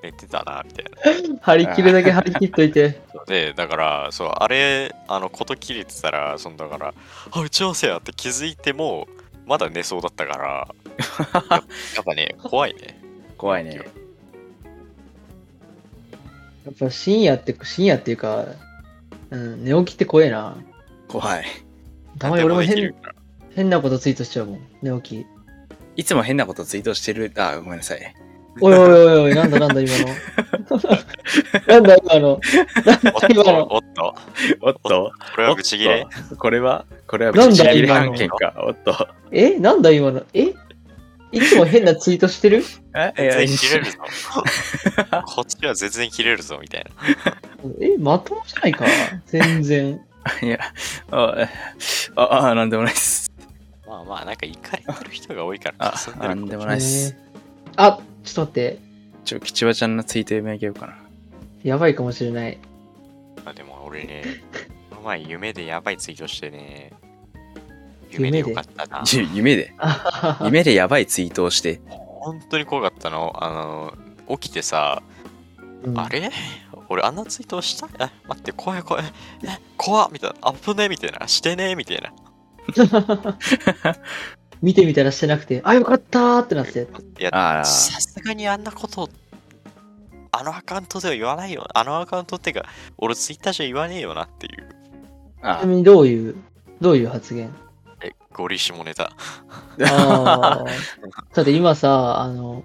Speaker 1: 寝てたなみたいな
Speaker 3: 張り切るだけ張り切っといて。
Speaker 1: でだからそうあれあのこと切れてたらそのだからあ打ち合わせやって気づいてもまだ寝そうだったからややっぱね怖い ね
Speaker 2: 怖いね。
Speaker 3: やっぱ深夜って、深夜っていうか、うん、寝起きって怖えな。
Speaker 2: 怖い。
Speaker 3: たまに俺も
Speaker 1: 何ででき
Speaker 3: 変
Speaker 1: るから
Speaker 3: 変なことツイートしちゃうもん、寝起き。
Speaker 2: いつも変なことツイートしてる。あ、ごめんなさい。
Speaker 3: おいおいおいおい、なんだなんだ今の。 なんだ今の。
Speaker 1: おっとおっと
Speaker 2: おっと、
Speaker 1: これはブチギレ
Speaker 2: おっとこれは、これはぶち切れ案件か。おっと。
Speaker 3: えなんだ今の。えいつも変なツイートしてる
Speaker 2: え
Speaker 1: 全
Speaker 2: いや
Speaker 1: 然切れる ぞこっちは全然切れるぞみたいな
Speaker 3: えまともじゃないか全然。
Speaker 2: いや、あ、あ、あなんでもないです。
Speaker 1: まあまあなんか怒れてる人が多いから
Speaker 2: あ
Speaker 1: 進、んで
Speaker 2: な
Speaker 1: る
Speaker 2: んでも
Speaker 3: ね
Speaker 2: ないです。
Speaker 3: あ、ちょっと待って。
Speaker 2: ちょ、吉羽ちゃんのツイート読み上げようかな。
Speaker 3: やばいかもしれない。
Speaker 1: あでも俺ね、この前夢でやばいツイートしてね、
Speaker 3: 夢
Speaker 1: 夢
Speaker 3: で
Speaker 1: でよかったな。
Speaker 2: ゆ夢で、
Speaker 3: あはは
Speaker 2: 夢でやばいツイートをして、
Speaker 1: 本当に怖かったの。あの、起きてさ、
Speaker 3: うん
Speaker 1: あれ俺あんなツイートしたえ、待って、怖い怖い。え、怖っみたいな。危ねえみたいな。してねえみたいな。
Speaker 3: 見てみたらしてなくて、あ、よかったーってなって。
Speaker 1: いや、
Speaker 2: あー
Speaker 1: さすがにあんなこと、あのアカウントでは言わないよ。あのアカウントってか、俺ツイッターじゃ言わねえよなっていう。
Speaker 3: ち
Speaker 2: あ
Speaker 3: なみにどういう、どういう 発言
Speaker 1: え、ゴリ下ネタ。
Speaker 3: ああ。だって今さ、あの、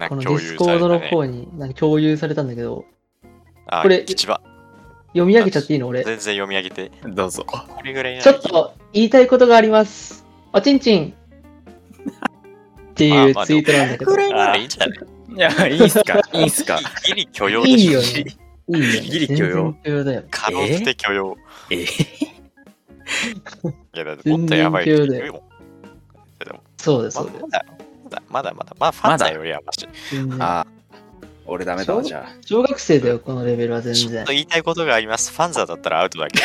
Speaker 1: なん
Speaker 3: こ
Speaker 1: か
Speaker 3: のデ
Speaker 1: 共
Speaker 3: ィ
Speaker 1: 有さ
Speaker 3: ス
Speaker 1: れ
Speaker 3: コード
Speaker 1: た
Speaker 3: の
Speaker 1: ね。
Speaker 3: 方になんか共有されたんだけど、
Speaker 1: あ、
Speaker 3: これ
Speaker 1: 吉場。
Speaker 3: 読み上げちゃっていいの俺。
Speaker 1: 全然読み上げて。
Speaker 2: どうぞ。
Speaker 1: これぐらいな
Speaker 3: ちょ
Speaker 1: ら
Speaker 3: っと言いたいことがあります。おちんちんっていうツイートなんだけど。
Speaker 1: いならいいんじゃない
Speaker 2: いや、いいっす か、いいっすか。
Speaker 1: ギリ許容で
Speaker 3: い
Speaker 1: しょ
Speaker 3: いよね。いいよね。
Speaker 2: ギリ許容
Speaker 3: 全然許容だよ。
Speaker 1: 可能性許容。
Speaker 2: え
Speaker 1: いやだってもっとやばい
Speaker 3: 全然許容だよ
Speaker 1: もんでも
Speaker 3: そうです、
Speaker 1: ま
Speaker 3: そ
Speaker 1: あ
Speaker 3: うです。
Speaker 1: まだまだまだまだまあファンだよりはマシ。
Speaker 3: 全然
Speaker 2: あ、俺ダメだわ、じゃあ。
Speaker 3: 小学生だよ、このレベルは全
Speaker 1: ちょっ
Speaker 3: 然
Speaker 1: と。言いたいことがあります。ファンザだったらアウトだ けど。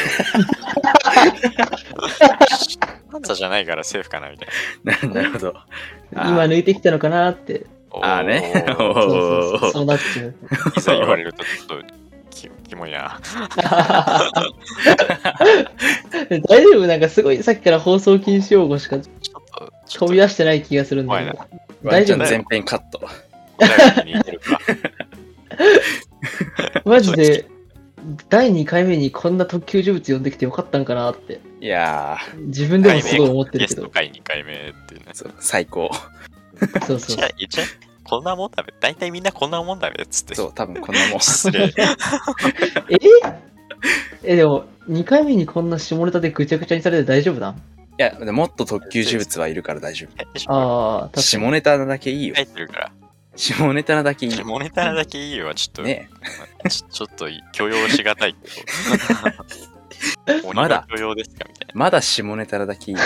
Speaker 1: ファンザじゃないからセーフかなみたい
Speaker 2: ななるほど。あ
Speaker 3: 今抜いてきたのかなって。
Speaker 1: な。
Speaker 2: あーね
Speaker 1: おー
Speaker 2: おー
Speaker 3: そうそうそう。そうなっちゃう。
Speaker 1: いざ言われるとちょっとキキモいな。
Speaker 3: 大丈夫なんかすごいさっきから放送禁止用語しか
Speaker 1: ちょっと、ちょっ
Speaker 3: 飛び出してない気がするんだけど。大丈
Speaker 2: ワン
Speaker 3: 夫
Speaker 2: ちゃん全編カット。
Speaker 1: とお便りに似てるか。
Speaker 3: マジで第2回目にこんな特級呪物呼んできてよかったんかなって
Speaker 2: いや
Speaker 3: 自分 でもすごい思って
Speaker 1: ゲ
Speaker 3: るけ
Speaker 1: ス
Speaker 3: ど
Speaker 1: ト。会2回目っていうね
Speaker 2: ー、。そう最高。
Speaker 3: そうそう
Speaker 1: じゃ。あ、言っちゃえこんなもんだべ。大体みんなこんなもんだべっつって。
Speaker 2: そう、多分こ んなもん。
Speaker 1: 失礼。
Speaker 3: え え、でも2回目にこんな下ネタでぐちゃぐちゃにされて大丈夫だ
Speaker 2: いや、もっと特級呪物はいるから大丈
Speaker 3: ああ、
Speaker 2: 夫。
Speaker 3: 確かに。
Speaker 2: 下ネタなだけいいよ
Speaker 1: 書。いてる から。
Speaker 2: 下ネタなだけいいよ。
Speaker 1: モネタだけいいよはちょっと、
Speaker 2: ね
Speaker 1: ちょちょっと許容しがたいけ ど。
Speaker 2: まだ
Speaker 1: 鬼は許容ですかみたいな。
Speaker 2: まだ下ネタなだけいいよ。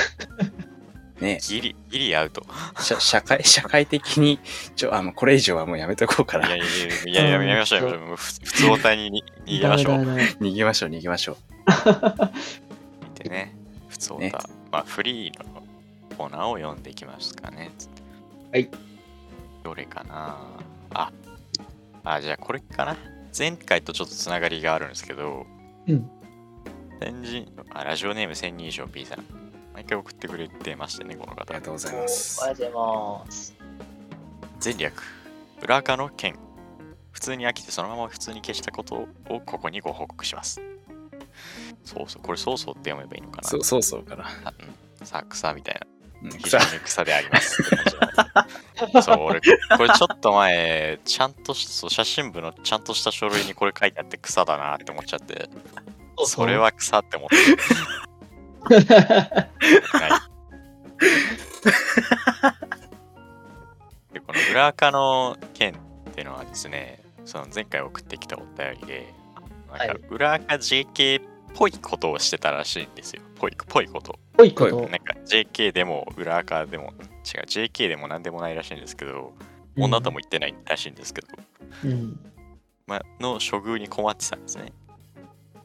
Speaker 2: ね
Speaker 1: ギリ、ギリアウト。
Speaker 2: 社社会、社会的に、ちょ、あ、もうこれ以上はもうやめとこうか
Speaker 1: いや
Speaker 2: ら。
Speaker 1: いや いや、やめやめましょうよ。もうふ普通おたにに逃げましょう。
Speaker 3: ダメだね
Speaker 2: 逃げましょう、逃げましょう。
Speaker 1: ってね。普通お
Speaker 2: ね
Speaker 1: た。まあ、フリーのコーナーを読んでいきますかね。つって
Speaker 3: はい。
Speaker 1: どれかなあ、あ、じゃあこれかな。前回とちょっとつながりがあるんですけど、
Speaker 3: うん。
Speaker 1: 先人、あ、ラジオネーム1000人以上 B さん。毎回送ってくれてましたね、この
Speaker 2: あり
Speaker 1: 方
Speaker 2: が。とうござい
Speaker 3: お
Speaker 2: ます
Speaker 3: あ。りがとうございます。
Speaker 1: 前略裏垢の件普通に飽きてそのまま普通に消したことをここにご報告しますそうそうこれそうそうって読めばいいのかな
Speaker 2: そう、そうそうかな。
Speaker 1: さうんさ草みたいな
Speaker 2: うん
Speaker 1: 非常に草でありますって感じだそう俺これちょっと前ちゃんとしそう写真部のちゃんとした書類にこれ書いてあって草だなって思っちゃって
Speaker 3: そうそう
Speaker 1: それは草って思ってない。でこの裏垢の件っていうのはですね、その前回送ってきたお便りで、なんか
Speaker 3: はい
Speaker 1: 裏垢 JK っぽいことをしてたらしいんですよ。ぽいぽいこと。
Speaker 3: ぽいこと
Speaker 1: なん。か JK でも裏垢でも違う JK でも何でもないらしいんですけど、女とも言ってないらしいんですけど、
Speaker 3: うん。
Speaker 1: まあの処遇に困ってたんですね。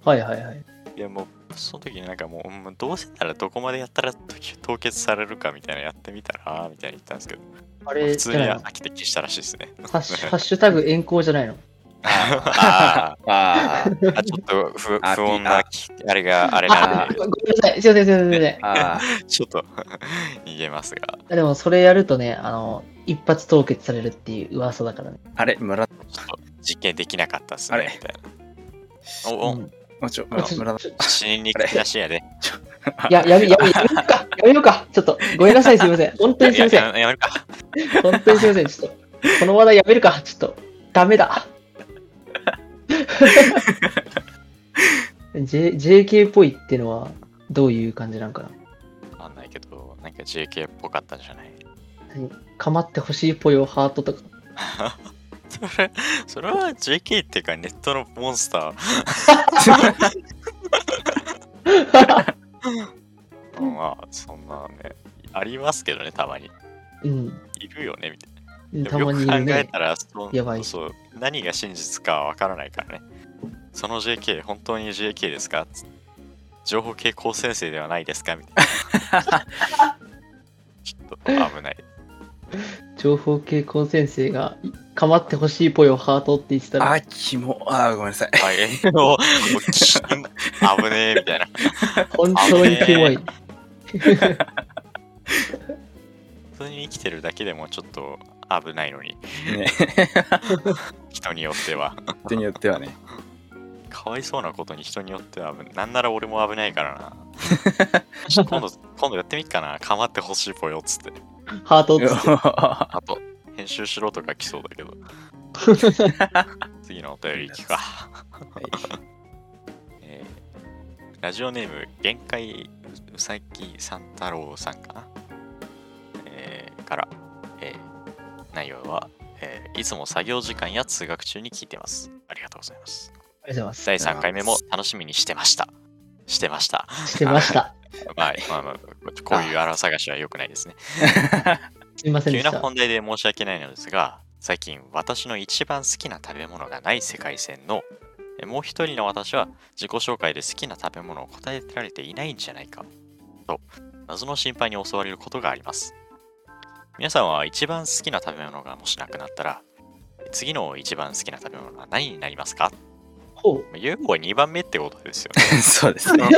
Speaker 3: はいはいはい。
Speaker 1: でもその時になんかもううんどうせならどこまでやったら凍結されるかみたいなやってみたらみたいに言ったんですけど
Speaker 3: あ
Speaker 1: 普
Speaker 3: れ
Speaker 1: 通
Speaker 3: じ
Speaker 1: に
Speaker 3: ゃない
Speaker 1: は
Speaker 3: の
Speaker 1: 飽きて消したらしいですね
Speaker 3: ハッシュハッシュタグ遠行じゃないの
Speaker 1: あ
Speaker 2: あー
Speaker 1: ーあちょっと不不
Speaker 2: あ
Speaker 1: 穏なきあれがあれなん
Speaker 3: あ、
Speaker 1: で
Speaker 3: ごめんなさい。すいません、すいません、すいません。
Speaker 2: あ
Speaker 1: ちょっと言えますが
Speaker 3: でも、それやるとね、あの、一発凍結されるっていう噂だからね。
Speaker 2: ー、あれ、村、
Speaker 1: ちょっと実験できなかったっす
Speaker 2: あ
Speaker 1: ね
Speaker 2: れ
Speaker 1: みたいなおお、
Speaker 3: うん
Speaker 2: もうちょ、
Speaker 3: あ
Speaker 2: 村、
Speaker 3: ちょ
Speaker 2: 村だ。
Speaker 3: ちょい
Speaker 1: 死ににくいらしいやで
Speaker 3: や、やめ、やめ、やめようか。やめようか。ちょっと、ごめんなさい、すいません。本当にすいません。
Speaker 1: ややめるか
Speaker 3: 本当にすいません。ちょっと、この話題やめるか。ちょっと、ダメだ。J、JK っぽいってのは、どういう感じなんかな。
Speaker 1: わかんないけどなんか JK っぽかったんじゃない
Speaker 3: 構ってほしいぽよ、ハートとか。
Speaker 1: それそれは JK っていうかネットのモンス ターまあそんなねありますけどねたまに
Speaker 3: うん。
Speaker 1: いるよねみたいなで
Speaker 3: た
Speaker 1: も
Speaker 3: まにいる
Speaker 1: よく考え
Speaker 3: ね。
Speaker 1: たらその
Speaker 3: やばい
Speaker 1: そう何が真実かわからないからねその JK 本当に JK ですかつ情報系高先生ではないですかみたいなちょっと危ない
Speaker 3: 情報系高先生が、構ってほしいぽよ、ハートって言ってたら、
Speaker 2: あ、キモ。あー、ごめん なさい。
Speaker 1: あえもうもうき危ねえみたいな
Speaker 3: 本当にキモい。
Speaker 1: 普通に生きてるだけでもちょっと危ないのに
Speaker 2: ね、
Speaker 1: 人によっては
Speaker 2: 人によってはね。
Speaker 1: かわいそうなことに人によっては危ないなんなら俺も危ないからな今度今度やってみっかな構ってほしいぽよっつって
Speaker 3: ハートっつって。
Speaker 2: は
Speaker 1: あと編集しろとか来そうだけど次のお便り聞くか、えーラジオネーム限界ううさぎ三太郎さんかな、えーから、えー内容は、えーいつも作業時間や通学中に聞いてますありがとうございます
Speaker 3: ありがとうございます。
Speaker 1: 第3回目も楽しみにしてましたしてました
Speaker 3: してました。
Speaker 1: まあ、まあまあ、こういう荒探しは良くないですね。
Speaker 3: すみませんで
Speaker 1: 急
Speaker 3: し
Speaker 1: な
Speaker 3: た。
Speaker 1: 本題で申し訳ないのですが、最近私の一番好きな食べ物がない世界線の、えもう一人の私は自己紹介で好きな食べ物を答えられていないんじゃないか、と謎の心配に襲われることがあります。皆さんは一番好きな食べ物がもしなくなったら、次の一番好きな食べ物は何になりますか
Speaker 3: ほ
Speaker 1: 言う方は2番目ってことですよ ね。
Speaker 2: い。そうですね。
Speaker 3: う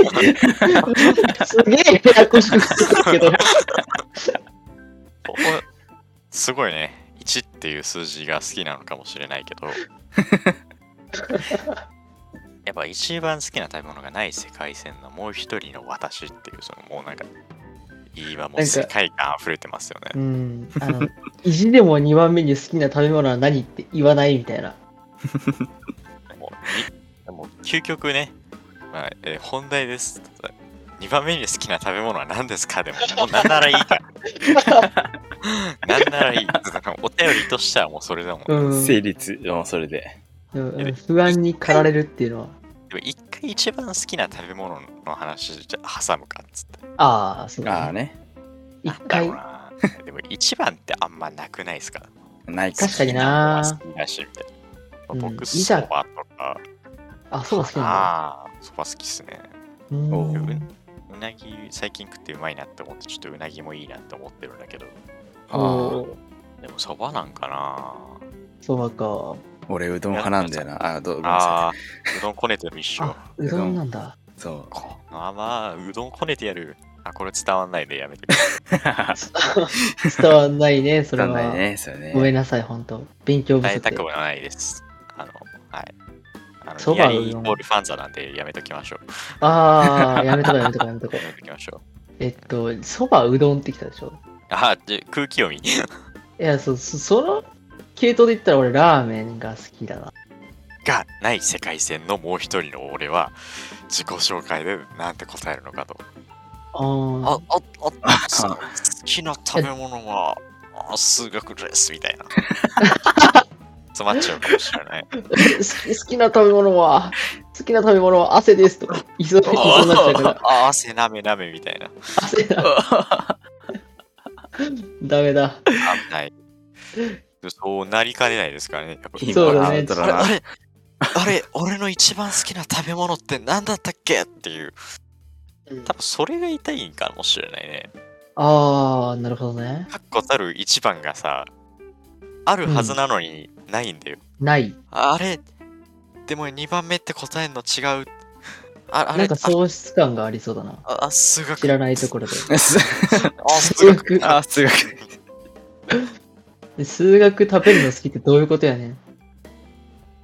Speaker 3: すげえややこしくしてたけど。
Speaker 1: おおすごいね1っていう数字が好きなのかもしれないけどやっぱ一番好きな食べ物がない世界線のもう一人の私っていうそのもうなんか今もう
Speaker 3: なんか
Speaker 1: 世界観溢れてますよ
Speaker 3: う
Speaker 1: ね
Speaker 3: ん。あの、意地でも2番目に好きな食べ物は何って言わないみたいな。
Speaker 1: もうにもう究極ね、まあえー本題です2番目に好きな食べ物は何ですかでももう何ならいいから何ならいいお便りとしてはもうそれだもん
Speaker 3: うん。
Speaker 2: 成立。もうそれで。
Speaker 3: うんうん不安に駆られるっていうのは。
Speaker 1: でも一回一番好きな食べ物の話じゃ挟むかっつって。
Speaker 3: ああ、そう
Speaker 2: ああ
Speaker 3: だね。
Speaker 2: ね。
Speaker 3: 一
Speaker 1: だろ
Speaker 3: 回
Speaker 1: う。な。 でも一番ってあんまなくないですか
Speaker 2: ないか。
Speaker 3: 確かにな
Speaker 1: 好きのは好きだしみたいな。
Speaker 3: うん
Speaker 1: 僕、
Speaker 3: い
Speaker 1: そ
Speaker 3: ざ
Speaker 1: ばとか。
Speaker 3: あ、そうだ、好きなんだ。
Speaker 1: ああ、そば好きっすね。
Speaker 3: うん
Speaker 2: お
Speaker 1: う
Speaker 2: う
Speaker 1: なぎ最近食ってうまいなって思って、ちょっとうなぎもいいなって思ってるんだけど。
Speaker 2: ああ
Speaker 3: おう
Speaker 1: でもそばなんかな
Speaker 3: そうか。
Speaker 2: 俺、うどん派なんだよな。あー、どうごめんなさ
Speaker 1: ああ、うどんこねてる一緒。
Speaker 3: あ、うどんなんだ。
Speaker 2: い。そう。
Speaker 1: あまあ、うどんこねてやる。あ、これ伝わんないでやめてください。
Speaker 3: 伝わんないね、それ
Speaker 2: わかんない
Speaker 3: は。
Speaker 2: ね、それね。
Speaker 3: ごめんなさい、本当勉強不
Speaker 1: 伝え
Speaker 3: 足
Speaker 1: たく
Speaker 3: で。
Speaker 1: もないです。あの、はい。あの、
Speaker 3: そ
Speaker 1: ニア
Speaker 3: ば
Speaker 1: リーイ
Speaker 3: うどん
Speaker 1: コールファンザなんでやめときましょう。
Speaker 3: ああ、やめとこうやめとこうやめとこ
Speaker 1: や
Speaker 3: う。
Speaker 1: めときましょう。
Speaker 3: えっと、そばうどんってきたでしょ
Speaker 1: あ、で空気読み。
Speaker 3: いや、そ、そその系統で言ったら俺ラーメンが好きだな。
Speaker 1: がない世界線のもう一人の俺は自己紹介でなんて答えるのかと。
Speaker 3: あー
Speaker 1: あ、あ、あ、そう好きな食べ物はあ数学ですみたい な。詰まっちゃうかもしれない。
Speaker 3: 好き好きな食べ物は、好きな食べ物は汗ですとか、急いそうになっちゃうから、
Speaker 1: ああ、汗なめなめみたいな。
Speaker 3: 汗だ、 ダメだ。
Speaker 1: あない。そうなりかねないですからね。やっぱ
Speaker 2: 今
Speaker 3: そうだ
Speaker 2: ア
Speaker 3: ね
Speaker 2: ウト
Speaker 1: あ
Speaker 2: だ
Speaker 1: れ
Speaker 2: な
Speaker 1: あ。れあれ、俺の一番好きな食べ物って何だったっけっていう。多分それが痛いんかもしれないね。
Speaker 3: ああ、なるほどね。
Speaker 1: 確固たる一番がさ、あるはずなのにないんだよ。
Speaker 3: ない。
Speaker 1: あれ、でも2番目って答えんの違う。ああれ、
Speaker 3: なんか喪失感がありそうだな。
Speaker 1: あ、あ数学。
Speaker 3: 知らないところで。
Speaker 1: あ、数学。
Speaker 2: あ、数 学。
Speaker 3: で数学食べるの好きってどういうことやねん。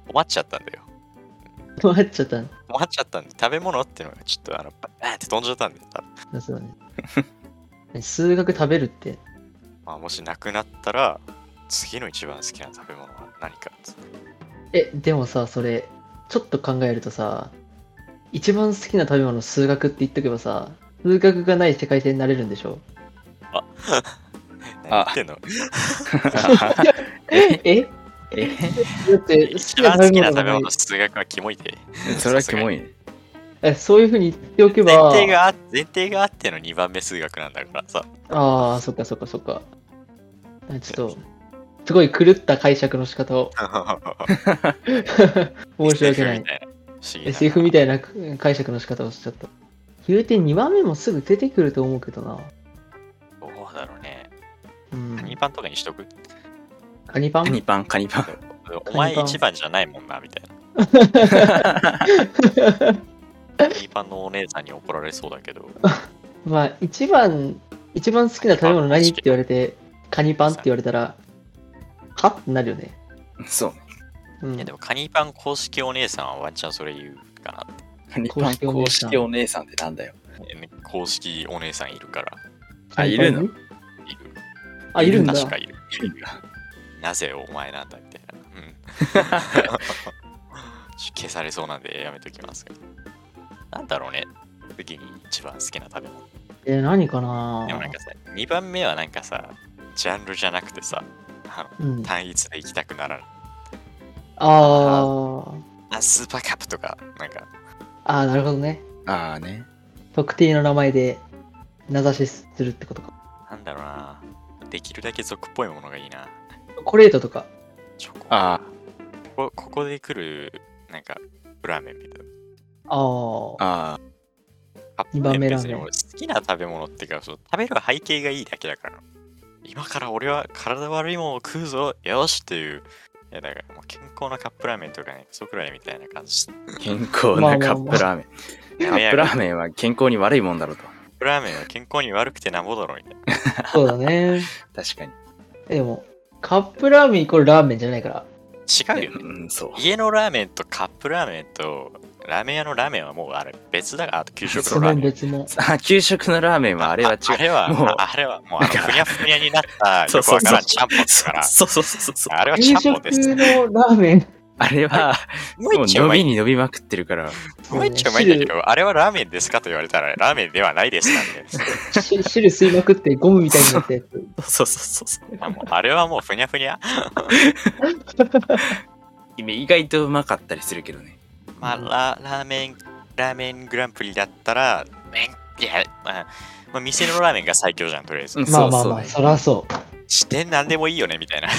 Speaker 1: 困っちゃったんだよ。
Speaker 3: 困っちゃったん
Speaker 1: 困っちゃったんで、食べ物っていうのがちょっとあの、バーンって飛んじゃったんだよ。多分
Speaker 3: だそう ね。数学食べるって、
Speaker 1: まあ、もしなくなったら、次の一番好きな食べ物は何かって
Speaker 3: え、でもさ、それ、ちょっと考えるとさ、一番好きな食べ物数学って言っとけばさ、数学がない世界線になれるんでしょ
Speaker 1: 何言ってんの
Speaker 3: えだ
Speaker 2: え
Speaker 3: って好
Speaker 1: 一
Speaker 3: き
Speaker 1: 番
Speaker 3: な
Speaker 1: 好
Speaker 3: 食
Speaker 1: き
Speaker 3: べ
Speaker 1: な食べ
Speaker 3: 物がない
Speaker 1: 物、数学はキモいで。
Speaker 2: それはキモいね。
Speaker 3: えそういうふうに言っておけ
Speaker 1: 前
Speaker 3: ば、
Speaker 1: 提があ前提があっての2番目数学なんだからさ。
Speaker 3: ああ、そっかそっかそっか。あちょっと、すごい狂った解釈の仕方を。申し訳 ない。
Speaker 1: い
Speaker 3: SF みたいな解釈の仕方をしちゃった。言うて2番目もすぐ出てくると思うけどな。
Speaker 1: どうだろうね。
Speaker 3: うん
Speaker 1: カ。ニパンとかにしとく
Speaker 3: カニパ
Speaker 2: カ
Speaker 3: ン
Speaker 2: ニパン、カニパン。
Speaker 1: お前
Speaker 3: カニパン
Speaker 1: 一番じゃないもんな、みたいな。カニパンのお姉さんに怒られそうだけど。
Speaker 3: まあ、一番、一番好きな食べ物何って言われて、カニパンって言われたら、はってなるよね。
Speaker 2: そうね。
Speaker 3: うん
Speaker 1: いやでもカニパン公式お姉さんはワンチャンそれ言うかなっ
Speaker 2: カニパン公式お姉さんってなんだよ。
Speaker 1: て、ね公式お姉さんいるから。
Speaker 2: あいるの
Speaker 3: カニパン
Speaker 1: いる
Speaker 3: あ、いるんだ。
Speaker 1: 確かいる。なぜお前なんだみたいな。うんちょ消されそうなんでやめときますけど。なんだろうね。次に一番好きな食べ物。
Speaker 3: えー、何かな
Speaker 1: でもなんかさ、2番目はなんかさ、ジャンルじゃなくてさ、あ
Speaker 3: うん
Speaker 1: の、単一で行きたくならない。
Speaker 3: あー
Speaker 1: あ、スーパーカップとか、なんか、
Speaker 3: あー、なるほどね。
Speaker 2: ああね。
Speaker 3: 特定の名前で名指しするってことか。
Speaker 1: なんだろうな。できるだけ俗っぽいものがいいな。
Speaker 3: チョコレートとか。
Speaker 1: チョコ。
Speaker 2: あ
Speaker 1: ここここで来る、なんか、ラーメンみたいな。
Speaker 3: あー
Speaker 2: あ、ああ。
Speaker 1: カップ
Speaker 3: 二番目
Speaker 1: 麺
Speaker 3: ラーメン
Speaker 1: 別に俺好きな食べ物っていうかそう食べる背景がいいだけだから今から俺は体悪いもんを食うぞよしっていういやだからもう健康なカップラーメンとかねクソくらいみたいな感じカ
Speaker 2: 健康なカップラーメン。カップラー
Speaker 1: ン
Speaker 2: メンは健康に悪いもんだろうと。
Speaker 1: カップラーメンは健康に悪くてなんぼだろみたいな
Speaker 3: そうだ ね。
Speaker 2: 確かに。
Speaker 3: えでも、カップラーメンイコールラーメンじゃないから。
Speaker 1: 違うよね
Speaker 2: うん、そう。
Speaker 1: 家のラーメンとカップラーメンとラーメン屋のラーメンはもうあれ別だからあと給食
Speaker 3: そ
Speaker 1: のラーメ
Speaker 3: の
Speaker 1: ン
Speaker 3: 別も。
Speaker 2: あ、給食のラーメンはあれは違う。
Speaker 1: あれは
Speaker 2: もう
Speaker 1: ああれはもうあの
Speaker 2: なんか
Speaker 1: ふにゃふにゃになった
Speaker 2: そう
Speaker 1: よく
Speaker 2: そう
Speaker 1: わ
Speaker 2: そう
Speaker 1: からんちゃんぽんですから
Speaker 2: そうそうそうそう。
Speaker 1: あれはち
Speaker 3: 夕
Speaker 1: ゃんぽ
Speaker 3: 食
Speaker 1: んです
Speaker 3: のラーメン。
Speaker 2: あれは、
Speaker 1: も
Speaker 2: もう
Speaker 1: 一丁
Speaker 2: 伸
Speaker 1: 前
Speaker 2: びに伸びまくってるから。
Speaker 1: うまいっちゃうまいんだけど、あれはラーメンですかと言われたら、ラーメンではないですなんで。
Speaker 3: し汁吸いまくってゴムみたいにな ったやつ。
Speaker 2: そうそうそうそう。
Speaker 1: あもうあれはもうふにゃふにゃ。
Speaker 2: 意外とうまかったりするけどね。
Speaker 1: まあ、ララーメン、ラーメングランプリだったら、麺いや、まあ、まあ、店のラーメンが最強じゃん、とりあえず
Speaker 2: うん。
Speaker 3: まあまあ
Speaker 2: そ
Speaker 3: ま
Speaker 2: うそう
Speaker 3: あ、
Speaker 2: ね
Speaker 3: そらそう。
Speaker 1: 視点なんでもいいよね、み たいな。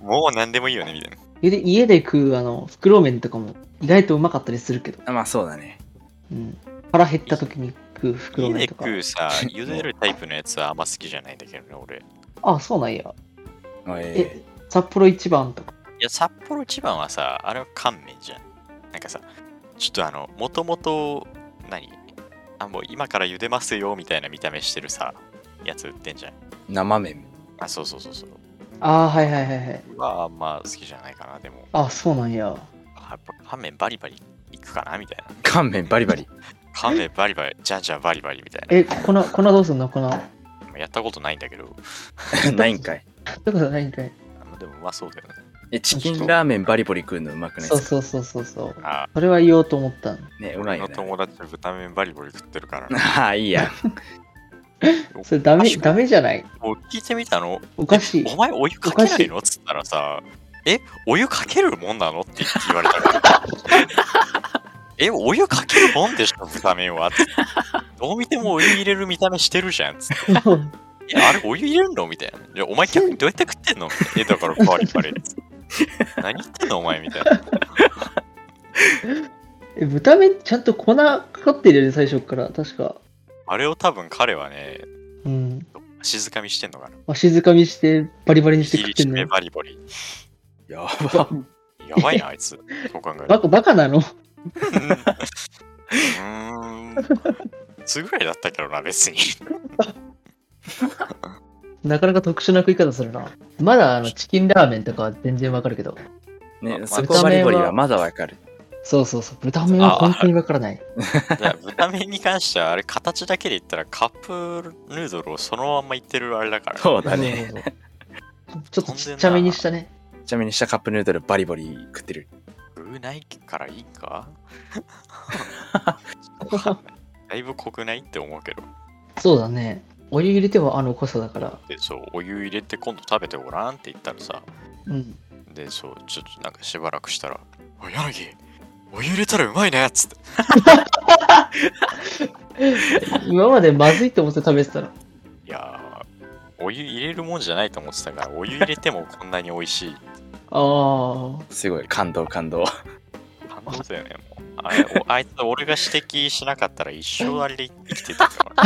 Speaker 1: もうなんでもいいよね、みたいな。
Speaker 3: 家で家で食うあの袋麺とかも意外とうまかったりするけど、
Speaker 2: あまあそうだね。
Speaker 3: うん、腹減った時に食う袋
Speaker 1: 家で
Speaker 3: 麺とか
Speaker 1: 食うさ、茹でるタイプのやつはあんま好きじゃないんだけどね、俺。い
Speaker 3: あそうなんや
Speaker 2: え
Speaker 3: え札幌一番とか
Speaker 1: や、札幌一番はさ、あれは乾麺じゃん。なんかさ、ちょっとあの、もともと、何あ、もう今から茹でますよ、みたいな見た目してるさ、やつ売ってんじゃん。
Speaker 2: ー生麺。
Speaker 1: あ、そうそうそうそう。
Speaker 3: ああはいはいはいはい
Speaker 1: はあんま好きじゃないかな、でも。
Speaker 3: あそうなんや
Speaker 1: あやっぱ乾麺バリバリいくかな、みたいな。
Speaker 2: 乾麺バリ バリ。
Speaker 1: 乾麺バリバリ、じゃんじゃんバリバリみたい
Speaker 3: え粉粉どうすんの粉そ
Speaker 1: な。やったことないんだけど、
Speaker 2: ないんかい。
Speaker 3: ういうことないんかい
Speaker 1: あまあでもうまそうだよね。
Speaker 2: え、チキンラーメンバリバリ食うのうまくない
Speaker 3: そう
Speaker 2: ですか
Speaker 3: そうそうそうそう
Speaker 1: あ
Speaker 3: それは言おうと思った
Speaker 2: ね、うまいよ
Speaker 1: の
Speaker 2: ね。
Speaker 1: 友達豚麺バリバリ食ってる から。
Speaker 2: ああ、いいや。
Speaker 3: それダメ
Speaker 1: あ
Speaker 3: ダメじゃない
Speaker 1: もう聞いてみたの
Speaker 3: おかしい
Speaker 1: お前お湯かけないのっつったらさ、え、お湯かけるもんなの って言われたから。え、お湯かけるもんでしょ、豚麺は。つってどう見てもお湯入れる見た目してるじゃん。つって いや、あれお湯入れるのみたいな。いや、お前逆にどうやって食ってんのみたいなえ、だからパリパリです。何言ってんのお前みたいな。
Speaker 3: え、豚麺ちゃんと粉かかってるよね、最初から。確か。
Speaker 1: あれを多分彼はね、
Speaker 3: うん。
Speaker 1: 静かみしてんのかな。
Speaker 3: まあ、静かみして、バリバリにして
Speaker 1: 切
Speaker 3: 食
Speaker 1: り
Speaker 3: って
Speaker 1: 締
Speaker 3: ん
Speaker 1: め
Speaker 3: の。
Speaker 1: バリバリ。
Speaker 2: やば。
Speaker 1: やばいな、あいつ。そう考えると
Speaker 3: バカ、バカなの
Speaker 1: うんうーん。普通ぐらいだったけどな、別に。
Speaker 3: なかなか特殊な食い方するな。まだあのチキンラーメンとかは全然わかるけど。
Speaker 1: まあ
Speaker 2: ね、そこバリバリはまだわかる。
Speaker 3: そうそうそう。豚麺は本当にわからない。
Speaker 1: だから豚麺に関しては、あれ、形だけで言ったらカップヌードルをそのまんまいってるあれだから。
Speaker 2: そう
Speaker 3: そ
Speaker 2: だ
Speaker 3: う
Speaker 2: ね。
Speaker 3: そうそうちょっとちっちゃめにしたね。
Speaker 2: ちなみに下カップヌードルバリバリ食ってる。
Speaker 1: うないからいいかだいぶ濃くないって思うけど。
Speaker 3: そうだね。お湯入れてもあの濃さだから。
Speaker 1: で、そう、お湯入れて今度食べてごらんって言ったらさ、
Speaker 3: うん。
Speaker 1: で、そう、ちょっとなんかしばらくしたら、おい、柳、お湯入れたらうまいねっつって。
Speaker 3: 今までまずいと思って食べてたら。
Speaker 1: いやー、お湯入れるもんじゃないと思ってたから、お湯入れてもこんなに美味しい。
Speaker 3: あ
Speaker 2: すごい、感動感動。
Speaker 1: 感動だよね、もう。あれおあいつ、俺が指摘しなかったら一生あれで生きてたから。
Speaker 3: あ。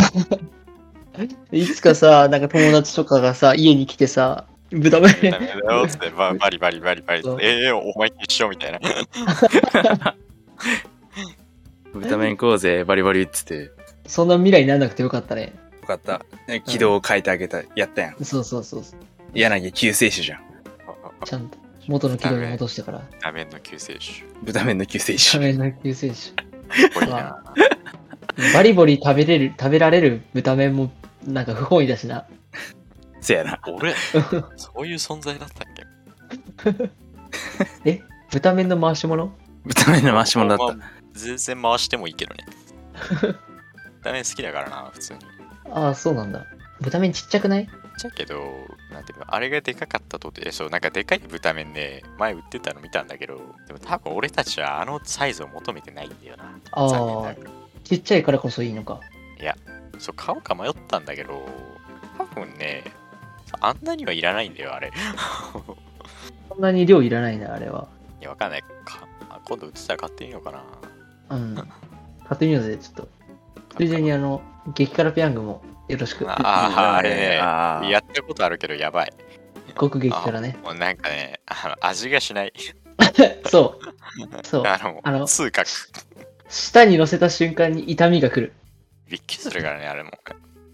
Speaker 3: いつかさ、なんか友達とかがさ、家に来てさ、豚麺。
Speaker 1: ダメだよっつって、ばバリバリバリバリ
Speaker 3: そう。
Speaker 1: ええお前と一緒みたいな。
Speaker 2: 豚麺食おうぜ、バリバリっつって。よ
Speaker 3: そんな未来にならなくてよかったね。
Speaker 2: かった。ね軌道を変えてあげた。やったやん。
Speaker 3: そうそうそうそう。
Speaker 2: 柳救世主じゃん。
Speaker 3: ちゃんと元の軌道に戻してから。
Speaker 1: 画面の救世主。
Speaker 2: 豚麺の救世
Speaker 3: 仮
Speaker 2: 主。
Speaker 3: 面の救世主。
Speaker 1: これな。
Speaker 3: バリボリ食べれる、食べられる豚麺も、なんか不本意だしな。
Speaker 2: せやな。
Speaker 1: 俺、そういう存在だったっけ
Speaker 3: え豚麺の回し物
Speaker 2: 豚麺の回し物だっ
Speaker 1: まあ全然回してもいいけどね。ダメ好きだからな、普通に。
Speaker 3: ああ、そうなんだ。豚麺ちっちゃくない
Speaker 1: ちゃけど、なんていうか、あれがでかかったとて、そう、なんかでかい豚麺ね、前売ってたの見たんだけど、でも多分俺たちはあのサイズを求めてないんだよな。
Speaker 3: あ
Speaker 1: 残念な
Speaker 3: あ
Speaker 1: が、ら。
Speaker 3: ちっちゃいからこそいいのか。
Speaker 1: そう、買おうか迷ったんだけど、多分ね、あんなにはいらないんだよ、あれ。
Speaker 3: そんなに量いらないな、あれは。
Speaker 1: いや、わかんないか。あ今度売ってたら買ってみようかな。
Speaker 3: うん。買ってみようぜ、ちょっと。ついでに、あの、激辛ペヤングもよろしく。
Speaker 1: ああ、あれね。
Speaker 2: あー
Speaker 1: やったことあるけどやばい。
Speaker 3: 極激辛ね。
Speaker 1: もうなんかね、あの味がしない。
Speaker 3: そう。そう。
Speaker 1: あの、
Speaker 3: あの
Speaker 1: 痛覚。
Speaker 3: 舌に乗せた瞬間に痛みが来る。
Speaker 1: びっくりするからね、あれも。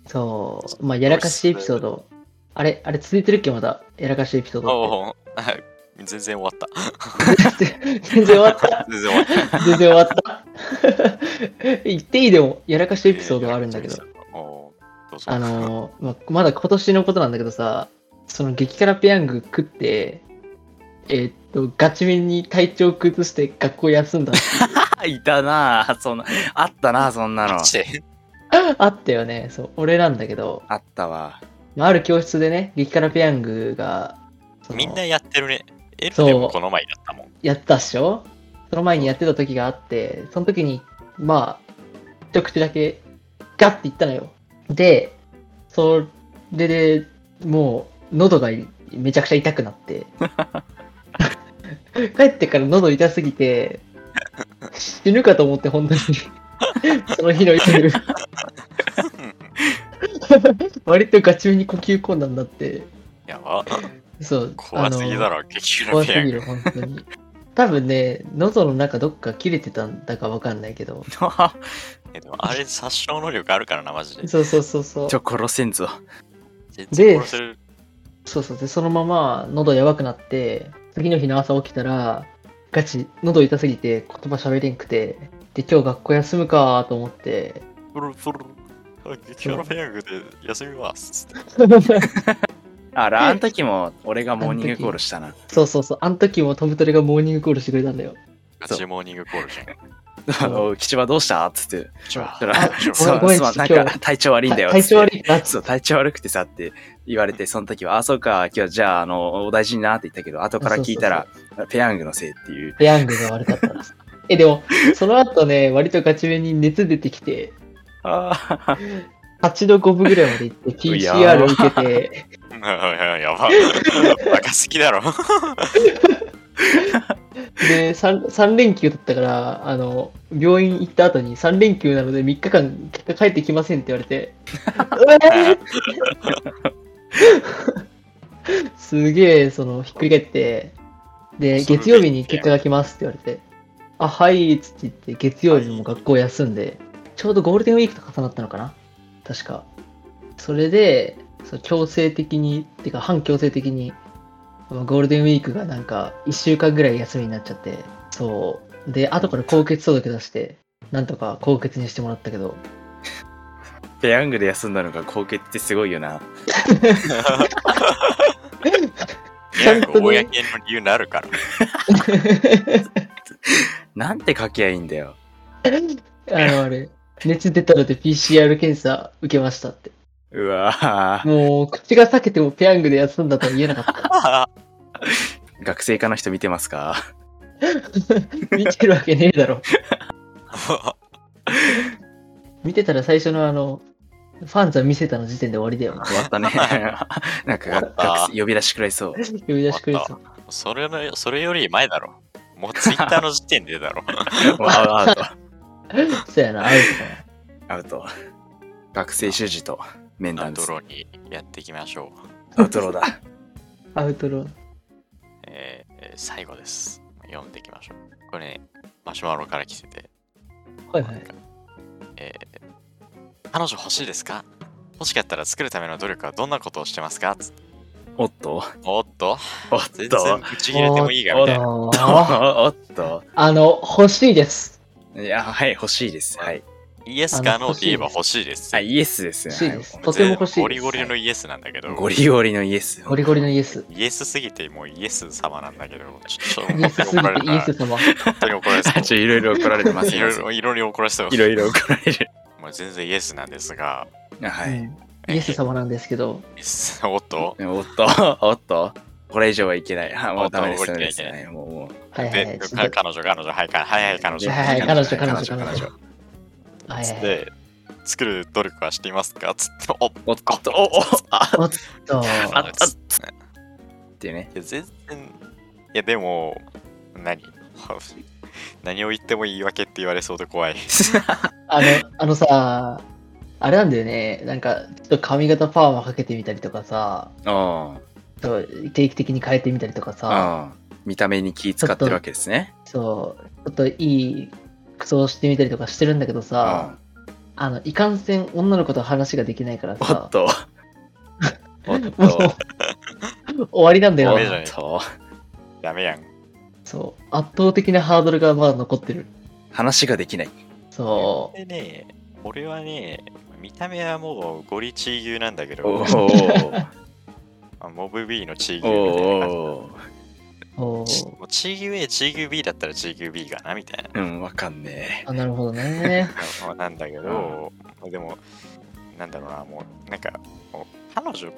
Speaker 3: そう。まあ、やらかしエピソード。あれ、あれ続いてるっけ、まだ。やらかしエピソードっ
Speaker 1: おお、あ 全然終わった。
Speaker 3: て。 全然終わった。
Speaker 1: 全然終わった。
Speaker 3: 全然終わった。 言っていいでも、やらかしエピソードはあるんだ けど。。
Speaker 1: おーどうぞ
Speaker 3: あのーま、まだ今年のことなんだけどさ、その激辛ペヤング食って、えーっと、ガチめに体調崩して学校 休んだ。
Speaker 2: あいたなあそんな、あったなあそんなの
Speaker 1: マ。ジで
Speaker 3: あったよね。そう、俺なんだけど、
Speaker 2: あったわ。
Speaker 3: まあ、ある教室でね、激辛ペヤングが、その
Speaker 1: みんなやってるね。エル
Speaker 3: そう
Speaker 1: でもこの前だったもん。
Speaker 3: やったっしょその前にやってた時があって、その時に、まあ、一口だけガッていったのよ。で、それで、もう、喉がめちゃくちゃ痛くなって。 帰ってから喉痛すぎて、死ぬかと思って、本当に。 その日の 夜。割とガチめに呼吸困難になって。
Speaker 1: やば。
Speaker 3: そう。
Speaker 1: 怖すぎだ
Speaker 3: ろ
Speaker 1: ろ、激辛
Speaker 3: 怖す
Speaker 1: ペヤン
Speaker 3: ぎ
Speaker 1: グ。
Speaker 3: る、本当に。多分ね、喉の中どっか切れてたんだかわかんないけ ど。
Speaker 1: えでもあれ、殺傷能力あるからな、マジ で。
Speaker 3: そうそうそうそう
Speaker 2: ち。ょ、殺せんぞ。
Speaker 1: 全然殺せ る。
Speaker 3: そうそう。で、そのまま喉やばくなって、次の日の朝起きたら、ガチ、喉痛すぎて言葉喋れんくて、で、今日学校休むかと思 って、
Speaker 1: プルプル。あ激辛ペヤングで休みます。つって
Speaker 2: あら、あの時も俺がモーニングコールしたな。
Speaker 3: そうそうそう、あの時もトムトレがモーニングコールしてくれたんだよ。
Speaker 1: ガチモーニングコールじゃん。
Speaker 2: あ の、吉場どうしたっつって。
Speaker 1: じゃ
Speaker 2: そら
Speaker 3: あ
Speaker 2: そう
Speaker 3: ごめん
Speaker 2: そう
Speaker 3: ちょ
Speaker 2: な
Speaker 3: っ
Speaker 2: ん
Speaker 3: と
Speaker 2: か体調悪いんだよ。
Speaker 3: 体調悪いな。
Speaker 2: そう、体調悪くてさって言われて、その時は、あ、そうか、今日じゃあ、あの、お大事になって言ったけど、後から聞いたら、ペヤングのせいっていう。
Speaker 3: ペヤングが悪かったんです。え、でも、その後ね、割とガチめに熱出てきて、
Speaker 2: ああ、
Speaker 3: 8度5分ぐらいまで行って、
Speaker 2: いや
Speaker 3: PCR 受けて、
Speaker 1: やば。バカすぎだろ。
Speaker 3: で 3, 三連休だったからあの病院行った後に3連休なので3日間結果帰ってきませんって言われてうわすげえそのひっくり返ってで
Speaker 1: それ
Speaker 3: 月曜日に結果が来ますって言われてあはいっつって言って月曜日も学校休んでちょうどゴールデンウィークと重なったのかな確かそれでそう強制的にっていうか反強制的にまあゴールデンウィークがなんか1週間ぐらい休みになっちゃってそうで後から高血届出してなんとか高血にしてもらったけど
Speaker 2: ペヤングで休んだのが高血ってすごいよな。
Speaker 1: いや、公の
Speaker 3: ね
Speaker 1: 理由になるから。
Speaker 2: なんて書きゃいいんだよ。
Speaker 3: あのあれ熱出たので PCR 検査受けましたって
Speaker 2: うわぁ。
Speaker 3: もう口が裂けてもペヤングで休んだとは言えなか っ
Speaker 2: 学生科の人見てますか
Speaker 3: た見てるわけねえだろ見てたら最初のあのファンザ見せたの時点で終わりだ よな
Speaker 2: 終わったね。なんか
Speaker 1: 終わった
Speaker 2: 学生呼び出しくら いそう。
Speaker 3: 呼び出しくれそう
Speaker 1: それの、それより前だろ。もうツイッターの時点でだ ろ。
Speaker 2: わアウト。
Speaker 3: そうやなアウト
Speaker 2: アウト。学生主事と面
Speaker 1: ア
Speaker 2: 談
Speaker 1: ウ
Speaker 2: で
Speaker 1: ト
Speaker 2: す。
Speaker 1: ローにやっていきましょう。
Speaker 2: アウトローだ。
Speaker 3: アウトロー
Speaker 1: えーえー最後です。読んでいきましょう。これね、マシュマロから来てて。
Speaker 3: はいはい
Speaker 1: えー彼女欲しいですか欲しかったら作るための努力はどんなことをしてますかつって
Speaker 2: おっと
Speaker 1: おっと
Speaker 2: おっ
Speaker 1: 全然
Speaker 2: と
Speaker 1: ぶち切れてもいいがみたいな。
Speaker 3: おー
Speaker 2: おっと
Speaker 3: あの、欲しいです。
Speaker 2: いや、はい、欲しいです。はい。
Speaker 1: イエスかノーって言えば欲しいです。
Speaker 2: あ、イエスですね。
Speaker 3: 欲しいです
Speaker 2: は
Speaker 3: とても欲しいです
Speaker 1: ゴリゴリのイエスなんだけど。
Speaker 2: ゴリゴリのイエス。
Speaker 3: ゴリゴリのイエス。
Speaker 1: イエスすぎてもうイエス様なんだけど、ちょっと
Speaker 3: イエスすぎてイエス様。
Speaker 1: 本当に怒られ
Speaker 2: あ
Speaker 1: そ
Speaker 2: ちょ、いろいろ怒られてます。
Speaker 1: う。いろいろ、いろいろ怒られそう
Speaker 2: い。ろいろ怒られる。
Speaker 1: もう全然イエスなんですが、
Speaker 2: あはい。
Speaker 3: うんイエス様なんですけど、
Speaker 1: イエスおっと
Speaker 2: おっと、おっと、これ以上はいけない。あ
Speaker 1: お
Speaker 2: も
Speaker 1: っ
Speaker 2: う
Speaker 1: と
Speaker 2: ダメです。ダメです
Speaker 1: いけな
Speaker 2: はいもう、もう。
Speaker 3: はいはいは
Speaker 1: で、
Speaker 3: い。
Speaker 1: か
Speaker 3: ちょっと
Speaker 1: 彼女、彼女、はい、かはい、はい、彼女。
Speaker 3: はいはい彼女彼女
Speaker 2: 彼女、
Speaker 3: 彼女はいはいはい。
Speaker 1: で、作る努力はしていますかつって、おっ
Speaker 2: おっと、おおあ
Speaker 3: おっと、
Speaker 2: ああっていうね。
Speaker 1: いや全然いやでも何 何を言っても言い訳って言われそうで怖い
Speaker 3: あの、あのさ、あれなんだよね、なんか、ちょっと髪型パーマかけてみたりとかさ、
Speaker 2: うん。
Speaker 3: そう定期的に変えてみたりとかさ、
Speaker 2: うん見た目に気使ってるわけですね。
Speaker 3: そう、ちょっといい服装してみたりとかしてるんだけど
Speaker 2: うん
Speaker 3: さ、あの、いかんせん女の子と話ができないから
Speaker 2: おっ
Speaker 3: さ、
Speaker 2: と。おっと。
Speaker 3: もう終わりなんだ
Speaker 2: お
Speaker 3: よ
Speaker 1: ダメじゃん
Speaker 2: っと。
Speaker 1: ダメやん
Speaker 3: そう圧倒的なハードルがまだ残ってる
Speaker 2: 話ができない。
Speaker 3: そ
Speaker 1: でね俺はね見た目はもうゴリチー牛なんだけ
Speaker 2: お
Speaker 1: ど
Speaker 2: ー
Speaker 1: あモブ B のチー
Speaker 2: おー
Speaker 1: 牛みたいな感
Speaker 2: おー。
Speaker 3: うお
Speaker 1: じ
Speaker 3: ー
Speaker 1: もうチー牛 A チー牛 B だったらチー牛 B かなみたいな
Speaker 2: うん、わかんね
Speaker 3: あなるほどね
Speaker 1: まあ なんだけど、でも、なんだろうな、もう、なんか、もう彼女、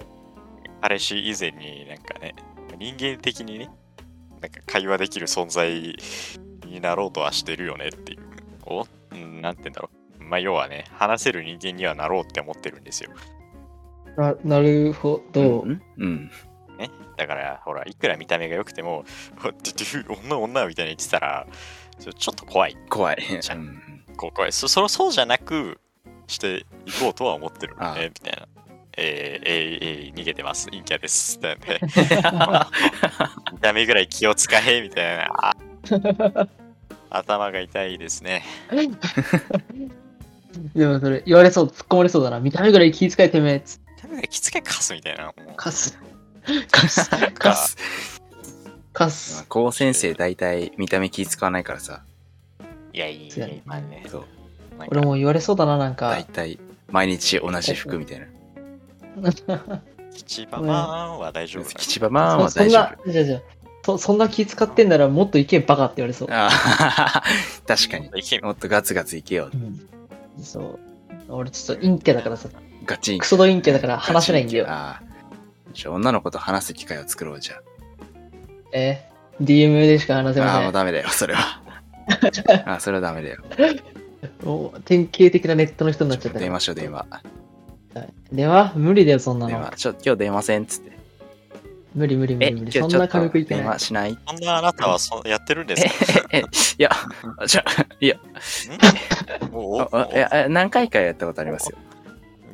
Speaker 1: 彼氏以前になんかね、人間的にね、なんか会話できる存在になろうとはしてるよねっていう。おうんなんて言うんだろう。まあ、要はね、話せる人間にはなろうって思ってるんですよ。
Speaker 3: ななるほ
Speaker 2: え。
Speaker 3: ど、
Speaker 2: んうん。
Speaker 1: だから、ほら、いくら見た目が良くても、 ほって女、女みたいに言ってたら、それちょっと怖い。
Speaker 2: 怖い。
Speaker 1: じゃあ
Speaker 2: うん
Speaker 1: こうこれそそそうじゃなくしていこうとは思ってるんで
Speaker 2: ああ
Speaker 1: みたいな。えー、えーえー逃げてます、陰キャです。だよね。 ダメぐらい気を使え、みたいな。あ頭が痛いですね。
Speaker 3: でもそれ言われそう突っ込まれそうだな見た目ぐらい気遣いてめえつ
Speaker 1: ダメぐらいきつけかすみたいな。もう
Speaker 3: かすかすかすか
Speaker 2: まあ
Speaker 3: す
Speaker 2: 高先生大体見た目気使わないからさ。
Speaker 1: いや、いい、
Speaker 3: そうやね
Speaker 1: まあね。
Speaker 2: そう。
Speaker 1: なん
Speaker 3: 俺
Speaker 1: か
Speaker 3: も言われそうだななんか
Speaker 2: 大体毎日同じ服みたいな。
Speaker 1: 吉場マンは大丈夫だ
Speaker 2: 吉場マンは
Speaker 3: そそん
Speaker 2: 大丈夫
Speaker 3: な。じゃじゃそそんな気使ってんならもっといけバカって言われそう、
Speaker 2: ああ 確かに。
Speaker 1: イケメン
Speaker 2: もっとガツガツいけよ
Speaker 3: う。ん、そう俺ちょっと陰キャだからさ
Speaker 2: ガチン
Speaker 3: ク。ソド陰キャだから話せないんだよ
Speaker 2: ああ。じゃあ女の子と話す機会を作ろうじゃ
Speaker 3: えー DM でしか話せ
Speaker 2: あ。あ
Speaker 3: ま
Speaker 2: あ、
Speaker 3: せ
Speaker 2: もうんダメだよ、そ れは。ああ、それはダメだよ。
Speaker 3: もう典型的なネットの人になっちゃったね
Speaker 2: 電話しよう、電話。
Speaker 3: 電話無理だよ、そんな
Speaker 2: 電
Speaker 3: の
Speaker 2: 話。ちょっと今日出ませんっつって。
Speaker 3: 無理無理無
Speaker 2: え、
Speaker 3: 理無
Speaker 2: 今日
Speaker 3: 理。
Speaker 2: ちょ
Speaker 3: そ
Speaker 2: っ
Speaker 3: ん
Speaker 2: と
Speaker 3: な軽くいけ
Speaker 2: 電
Speaker 3: ない。
Speaker 2: 話しない。
Speaker 1: そんなあなたはそやってるんですか
Speaker 2: え、えいや、じゃあいや、
Speaker 1: んおお
Speaker 2: あいやえ何回かやったことありますよ。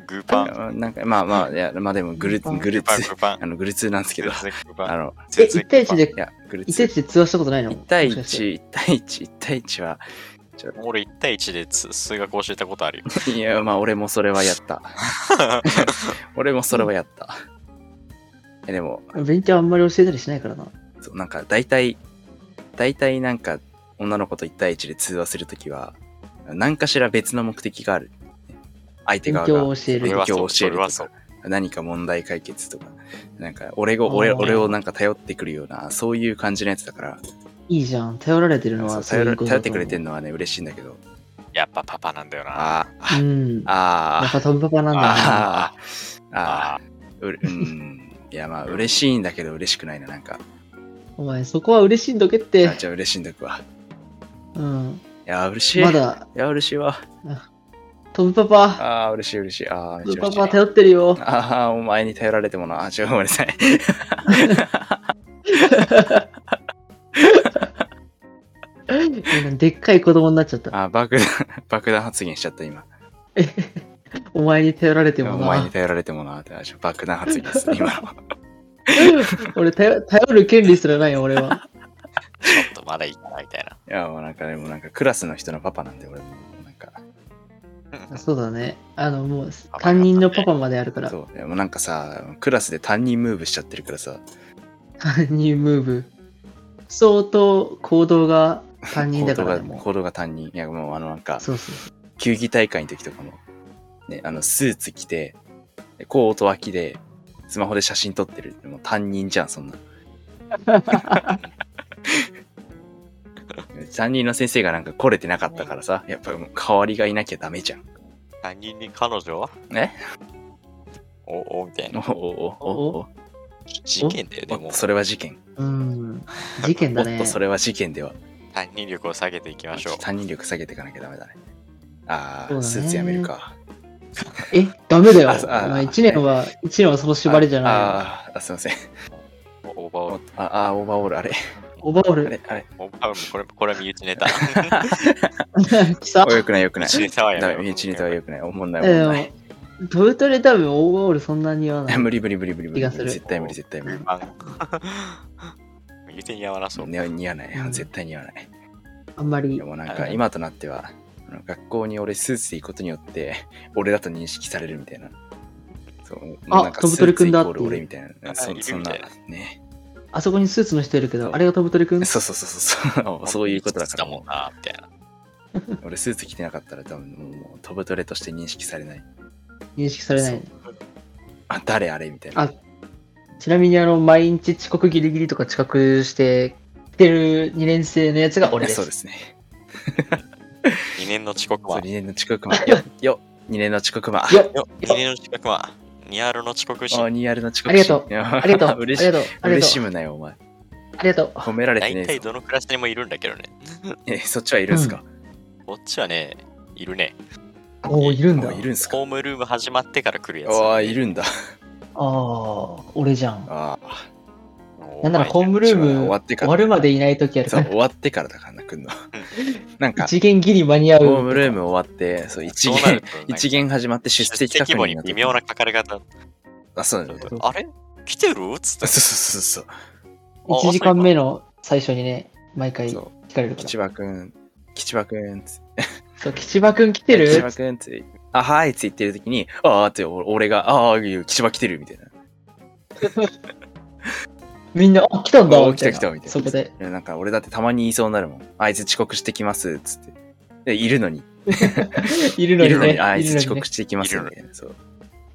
Speaker 1: グーパン。
Speaker 2: なんか、まあまあ、いや、まあでもグル、グ
Speaker 1: グー
Speaker 2: ル
Speaker 1: パン、
Speaker 2: ツ
Speaker 1: グ、ーパン。
Speaker 2: あの、グルツなんですけど、
Speaker 1: 全然グーパン
Speaker 2: あの、
Speaker 3: え、
Speaker 1: 全然
Speaker 3: 1対1
Speaker 1: グー
Speaker 3: で
Speaker 2: い、や、グル
Speaker 3: 1対
Speaker 2: ツ。
Speaker 3: 1で通話したことないの
Speaker 2: 1対
Speaker 3: もしかして
Speaker 2: 1、1対1、1対1は、
Speaker 1: パン。俺1対1でつ数学教えたことあるよ。
Speaker 2: いや、まあ俺もそれはや った。俺もそれはやった。え、でも、
Speaker 3: 勉強あんまり教えたりしないからな。
Speaker 2: そうなんか大体、大体なんか女の子と1対1で通話するときは、何かしら別の目的がある。相手側が
Speaker 3: 勉強を教える
Speaker 2: 勉強を教える
Speaker 1: それ
Speaker 2: と
Speaker 1: はそう
Speaker 2: か、何か問題解決とか、なんか俺が
Speaker 3: あー
Speaker 2: 俺俺をなんか頼ってくるような、そういう感じのやつだから、
Speaker 3: いいじゃん。頼られてるの
Speaker 2: そ
Speaker 3: は
Speaker 2: う
Speaker 3: そうい
Speaker 2: 頼
Speaker 3: う
Speaker 2: る
Speaker 3: こと
Speaker 2: 頼
Speaker 3: だ
Speaker 2: って
Speaker 3: と
Speaker 2: く
Speaker 3: 思う
Speaker 2: れてるのはね、嬉しいんだけど、
Speaker 1: やっぱパパなんだよな。
Speaker 2: あー
Speaker 3: うん。やっ
Speaker 2: あ
Speaker 3: ぱトップパなんだな。
Speaker 2: あー、あーあ
Speaker 1: あ
Speaker 2: ー、うれうん。いやまあ嬉しいんだけど嬉しくないな、なんか。
Speaker 3: お前、そこは嬉しいんどけっ
Speaker 2: あ
Speaker 3: て
Speaker 2: ー。じゃあ嬉しいんだくわ。
Speaker 3: うん。
Speaker 2: いやー嬉しい。
Speaker 3: ま
Speaker 2: い
Speaker 3: だ、
Speaker 2: やー嬉しいわ。
Speaker 3: トップパ
Speaker 2: ああ、嬉しい嬉しい。ああ、めっ
Speaker 3: パ、
Speaker 2: ちゃ
Speaker 3: パ
Speaker 2: 嬉しい。
Speaker 3: パ頼ってるよ。
Speaker 2: ああ、お前に頼られてもな。あー、違う、ごめんなさい。
Speaker 3: でっかい子供になっちゃった。
Speaker 2: あー爆弾、 爆弾発言しちゃった、今。
Speaker 3: お前に頼られても
Speaker 2: お前に
Speaker 3: な。
Speaker 2: 頼られてもな。ってあー爆弾発言 です、今の。
Speaker 3: 俺頼、頼る権利すらないよ、俺 は。
Speaker 1: ちょっとまだいいかなみたいな。
Speaker 2: いや、もうなんか、でもなんか、クラスの人のパパなんで、俺も。なんか、
Speaker 3: そうだね。あの、もう、担任のパパまであるから。
Speaker 2: そう。でもなんかさ、クラスで担任ムーブしちゃってるからさ。
Speaker 3: 担任ムーブ。相当行動が担任だからね、
Speaker 2: 行動
Speaker 3: も
Speaker 2: が
Speaker 3: う
Speaker 2: 行動が担任。いや、もうあの、なんか、
Speaker 3: そうそうそ
Speaker 2: 球技大会の時とかも、ね、あの、スーツ着て、でコート脇で、スマホで写真撮ってる。もう担任じゃん、そん な。担任の先生がなんか来れてなかったからさ、やっぱもう代わりがいなきゃダメじゃん。
Speaker 1: 他人に彼女は
Speaker 2: え
Speaker 1: おおみたい
Speaker 2: お
Speaker 1: な。
Speaker 2: おおお
Speaker 1: 事件だよね、
Speaker 2: お
Speaker 1: も
Speaker 2: お
Speaker 1: う
Speaker 2: それは事件。
Speaker 3: う。うん。事件
Speaker 2: お
Speaker 3: だ
Speaker 2: っ
Speaker 3: ね
Speaker 2: と、。それは事件では。
Speaker 1: 担任力を下げていきましょう。
Speaker 2: 担任力下げていかなきゃダメだね。あ
Speaker 3: そうだ
Speaker 2: あ、
Speaker 3: ね
Speaker 2: スーツやめるか。
Speaker 3: え、ダメだよ。
Speaker 2: あそうあ
Speaker 3: まあ一年は、一年はその縛りじゃないよ。
Speaker 2: ああー、あすいません。
Speaker 1: おおば
Speaker 2: お
Speaker 1: お
Speaker 2: ああー、オーバーオール、あれ。
Speaker 3: オーバーオー
Speaker 2: あ
Speaker 3: ル。
Speaker 2: れ、あれ。
Speaker 1: おばおこれこれは身内ネタ。
Speaker 3: 貴様
Speaker 2: およくないよくない。
Speaker 1: 身内ネタはや
Speaker 2: ダ
Speaker 1: め
Speaker 2: メ、
Speaker 1: よう
Speaker 2: 身内ネタはよくない。おもんない、おもんない。
Speaker 3: えー、トヨタで多分オーバーオールそんなに言わ
Speaker 2: い
Speaker 3: な
Speaker 2: や
Speaker 3: い。
Speaker 2: 無理無理無理無理無理。
Speaker 3: 気がする
Speaker 2: 絶対無理絶対無理。
Speaker 1: あ右手に柔らそう。
Speaker 2: ね似合わな
Speaker 3: う
Speaker 2: い。
Speaker 3: ん
Speaker 2: 絶対似合わない。
Speaker 3: あんまり
Speaker 2: で。もなん
Speaker 1: は
Speaker 2: か
Speaker 1: い
Speaker 2: 今となっては、あの学校に俺スーツで行くことによって、 俺だと認識されるみたいな。そう
Speaker 3: あ
Speaker 2: なんか
Speaker 3: 飛ぶ鳥くんだっていう
Speaker 2: スーツイコール俺みたいな。
Speaker 1: あ
Speaker 2: そ
Speaker 1: いる
Speaker 2: そん
Speaker 1: み
Speaker 2: な
Speaker 1: たいな、
Speaker 2: ね。
Speaker 3: あそこにスーツの人いるけ
Speaker 2: そう
Speaker 3: ど、あれが飛ぶ鳥くん
Speaker 2: そうそうそうそう。そういうことだから、
Speaker 1: も
Speaker 2: も
Speaker 1: んな、みたいな。
Speaker 2: う俺スーツ着てなかったら多分もうもう飛ぶ鳥として認識されない。
Speaker 3: 認識されない。
Speaker 2: あ、誰あれみたいな。
Speaker 3: あちなみに、あの、毎日遅刻ギリギリとか遅刻して来てる2年生のやつが俺で。
Speaker 2: そうですすね。
Speaker 1: 2年の遅刻
Speaker 2: そう、
Speaker 1: 魔。
Speaker 2: 2年の遅刻魔。よっよっ !2 年の遅刻魔。
Speaker 3: よっ
Speaker 1: よ2年の遅刻魔。ニアルの遅刻し。
Speaker 2: あ、ニアルの遅刻
Speaker 3: ありがとう
Speaker 2: 神いや
Speaker 3: ありがとう、あり
Speaker 2: 嬉し
Speaker 3: がとう、ありが
Speaker 2: 嬉し
Speaker 3: とう、
Speaker 2: むなよ、お前。
Speaker 3: ありがとう。
Speaker 2: 褒められて
Speaker 1: 大
Speaker 2: ねえ
Speaker 1: 体
Speaker 2: ぞ。
Speaker 1: どのクラスにもいるんだけどね。
Speaker 2: え、そっちはいるんすか、
Speaker 1: こっちはね、いるね。
Speaker 3: おお、いるん
Speaker 2: も
Speaker 3: だ。
Speaker 2: ういるんすか
Speaker 1: ホームルーム始まってから来るやつ。
Speaker 2: ああ、いるんだ。
Speaker 3: ああ、俺じゃん。
Speaker 2: ああ、
Speaker 1: お前
Speaker 3: なんならホームルー
Speaker 2: 終
Speaker 3: ム
Speaker 2: わってか
Speaker 3: 終
Speaker 2: ら。
Speaker 3: わるまでいないときある
Speaker 2: そ
Speaker 3: か
Speaker 2: う
Speaker 3: ら。
Speaker 2: 終わってからだからな、くんの。なんか、
Speaker 3: 一元ギリ間に合
Speaker 2: ホーム
Speaker 3: う。
Speaker 2: ルーム終わって、そう、一
Speaker 1: そうなる
Speaker 2: 元
Speaker 1: となん、か
Speaker 2: 一元始まって出
Speaker 1: 出
Speaker 2: 席
Speaker 1: 席
Speaker 2: 確
Speaker 1: 簿
Speaker 2: 認
Speaker 1: に
Speaker 2: になって
Speaker 1: 微妙な書かれ方。
Speaker 2: あ、そうなんだ。
Speaker 3: そう
Speaker 1: あれ来てるつって
Speaker 2: そう。そうそうそう。
Speaker 3: 1時間目の最初にね、毎回
Speaker 2: そ
Speaker 3: 聞
Speaker 2: う
Speaker 3: かれるから
Speaker 2: 吉。場くん、吉場くんっつっ
Speaker 3: そう、吉場くん来て
Speaker 2: て、吉
Speaker 3: る
Speaker 2: 場くんっつって、あ、はいっつって言ってる時に、ああって、お俺が、ああ、いいよ吉場来てるみたいな。
Speaker 3: みんな、あ、来たんだ。
Speaker 2: お
Speaker 3: み
Speaker 2: 来
Speaker 3: たいな
Speaker 2: た来たみたいな。
Speaker 3: そこで。
Speaker 2: いやなんか俺だってたまに言いそうになるもん。あいつ遅刻してきますっつって。で、いるのに。
Speaker 3: いる
Speaker 2: い
Speaker 3: のに
Speaker 2: るの
Speaker 3: ね
Speaker 2: に、。あい
Speaker 3: いる
Speaker 2: つ
Speaker 3: の
Speaker 2: 遅
Speaker 3: にね
Speaker 2: 刻。してきますみたいな。そう。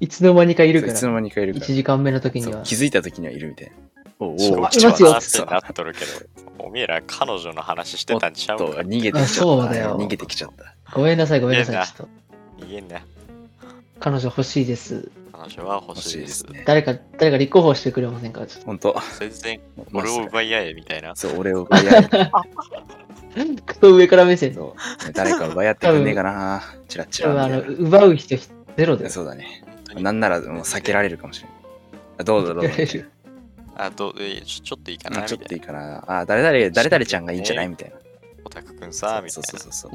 Speaker 3: いつの間にかいる
Speaker 2: そう
Speaker 3: か
Speaker 2: いつ
Speaker 3: ら。
Speaker 2: の間にかいるから。
Speaker 3: 1時間目の時に
Speaker 2: そう
Speaker 3: は。
Speaker 2: 気づいた時にはいるみたいな。おう
Speaker 1: そう
Speaker 2: おう、
Speaker 3: あ
Speaker 2: 貴重
Speaker 3: いますよ
Speaker 2: だ
Speaker 1: 話になっとるけど、おめえら彼女の話してたんちゃう
Speaker 2: と
Speaker 1: か
Speaker 2: 逃げてきちゃ
Speaker 3: そう
Speaker 2: った。
Speaker 3: だよ
Speaker 2: 逃げてきちゃった。
Speaker 3: ごめんなさい、ごめんなさい。ちょっと
Speaker 1: 言えんな。
Speaker 3: 彼女欲しいです。
Speaker 1: 彼女は欲
Speaker 2: 欲
Speaker 1: し
Speaker 2: し
Speaker 1: い
Speaker 2: い
Speaker 1: で
Speaker 2: ですす。ね。
Speaker 3: 誰か、誰か立候補してくれませんかちょっと。
Speaker 2: 本当。
Speaker 1: 全然、
Speaker 2: まあ
Speaker 1: 俺を奪い合えみたいな。
Speaker 2: そう、俺を奪い合って。
Speaker 3: クソ上から目線。
Speaker 2: そう誰か奪い合ってくんねえかな。チラッチ
Speaker 3: 多分あ
Speaker 2: ラ
Speaker 3: の、
Speaker 2: みたい
Speaker 3: 奪う人ゼロで
Speaker 2: な。
Speaker 3: す。
Speaker 2: そうだね。
Speaker 1: 当に
Speaker 2: なんならもう避けられるかもしれない。あどうぞど うぞ。
Speaker 1: あどうえちょちょっといいかな
Speaker 2: あ
Speaker 1: みた
Speaker 2: ちょっ
Speaker 1: い
Speaker 2: とい
Speaker 1: ない
Speaker 2: かな。あ、誰々、誰々ちゃんがいいんじゃないみたいな。
Speaker 1: オタクくんさみた
Speaker 2: そ
Speaker 1: いう
Speaker 2: そうそうそう。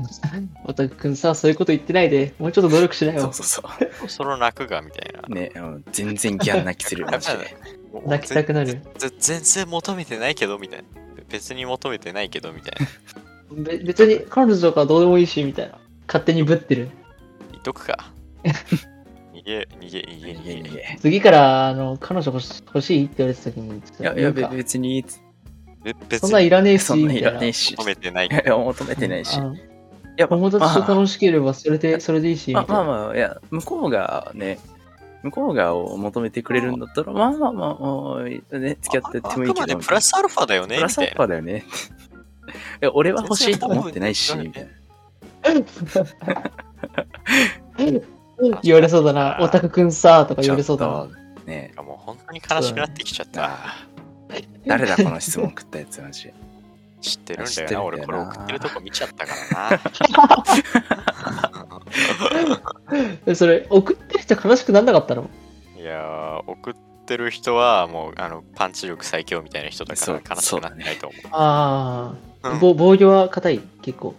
Speaker 3: おたくくんさ、そういうこと言ってないで、もうちょっと努力しな
Speaker 2: そう
Speaker 3: よ。
Speaker 2: そうそ
Speaker 1: なそろそろ泣くがみたいな
Speaker 2: う。ね、うん全然ギャン泣きするよ、マジで。
Speaker 3: 泣きたくなる。
Speaker 1: ぜ全然求めてないけどみたいな別に求めてないけどみたい な
Speaker 3: べ別に彼女とかどうでもいいし、みたいな。勝手にぶってる。
Speaker 1: 言っとく か逃げ逃げ逃げ
Speaker 2: い
Speaker 1: 逃
Speaker 2: や
Speaker 1: げ
Speaker 2: いやいや。い
Speaker 3: 次から、あの、彼女欲し欲しいって言われてた時に、
Speaker 2: や、い
Speaker 3: な
Speaker 2: や
Speaker 3: んか
Speaker 2: べ別に、
Speaker 1: べ別
Speaker 3: そんなん
Speaker 1: に
Speaker 3: いらねえし、
Speaker 2: そんないらねえ
Speaker 3: み
Speaker 2: し
Speaker 1: 求。めてない
Speaker 2: いやいや、求めてないし。
Speaker 3: た
Speaker 2: い
Speaker 3: いなうん
Speaker 2: や、ま
Speaker 3: 友達と楽しければ、それで、それでいいし、
Speaker 2: ま
Speaker 3: み
Speaker 2: あ
Speaker 3: たい
Speaker 2: まあ
Speaker 3: な。
Speaker 2: まあ、いや、向こうがね、向こうがを求めてくれるんだったら、まあまあまあ、もう、ね、付き合ってやってもいいけ
Speaker 1: ああく
Speaker 2: ど。
Speaker 1: までプラスアルファだよね
Speaker 2: プラ
Speaker 1: み
Speaker 2: スア
Speaker 1: た
Speaker 2: ル
Speaker 1: い
Speaker 2: フ
Speaker 1: な
Speaker 2: ァだよね。いや俺は欲しいと思ってないし、
Speaker 1: 全然
Speaker 2: みたいな。
Speaker 3: 言われそうだな、オタクくんさ、とか言われそうだ
Speaker 2: ち
Speaker 3: な
Speaker 2: ょ。っとね、
Speaker 1: もう本当に悲しくなってきちゃった
Speaker 2: あー誰だこの質問食ったやつ、マジで。
Speaker 1: 知ってるん
Speaker 2: 知って
Speaker 1: だ
Speaker 2: るん
Speaker 1: よ
Speaker 2: だ
Speaker 1: な俺こ
Speaker 2: よな
Speaker 1: れ送ってるとこ見ちゃったからな
Speaker 3: え それ、送ってる人悲しくなんなかったの
Speaker 1: いやー送ってる人はもうあのパンチ力最強みたいな人だから悲し
Speaker 2: そう
Speaker 1: くなってないと思う
Speaker 3: あ
Speaker 1: う
Speaker 3: あ、
Speaker 1: ん
Speaker 3: ぼ防御は硬い、結構。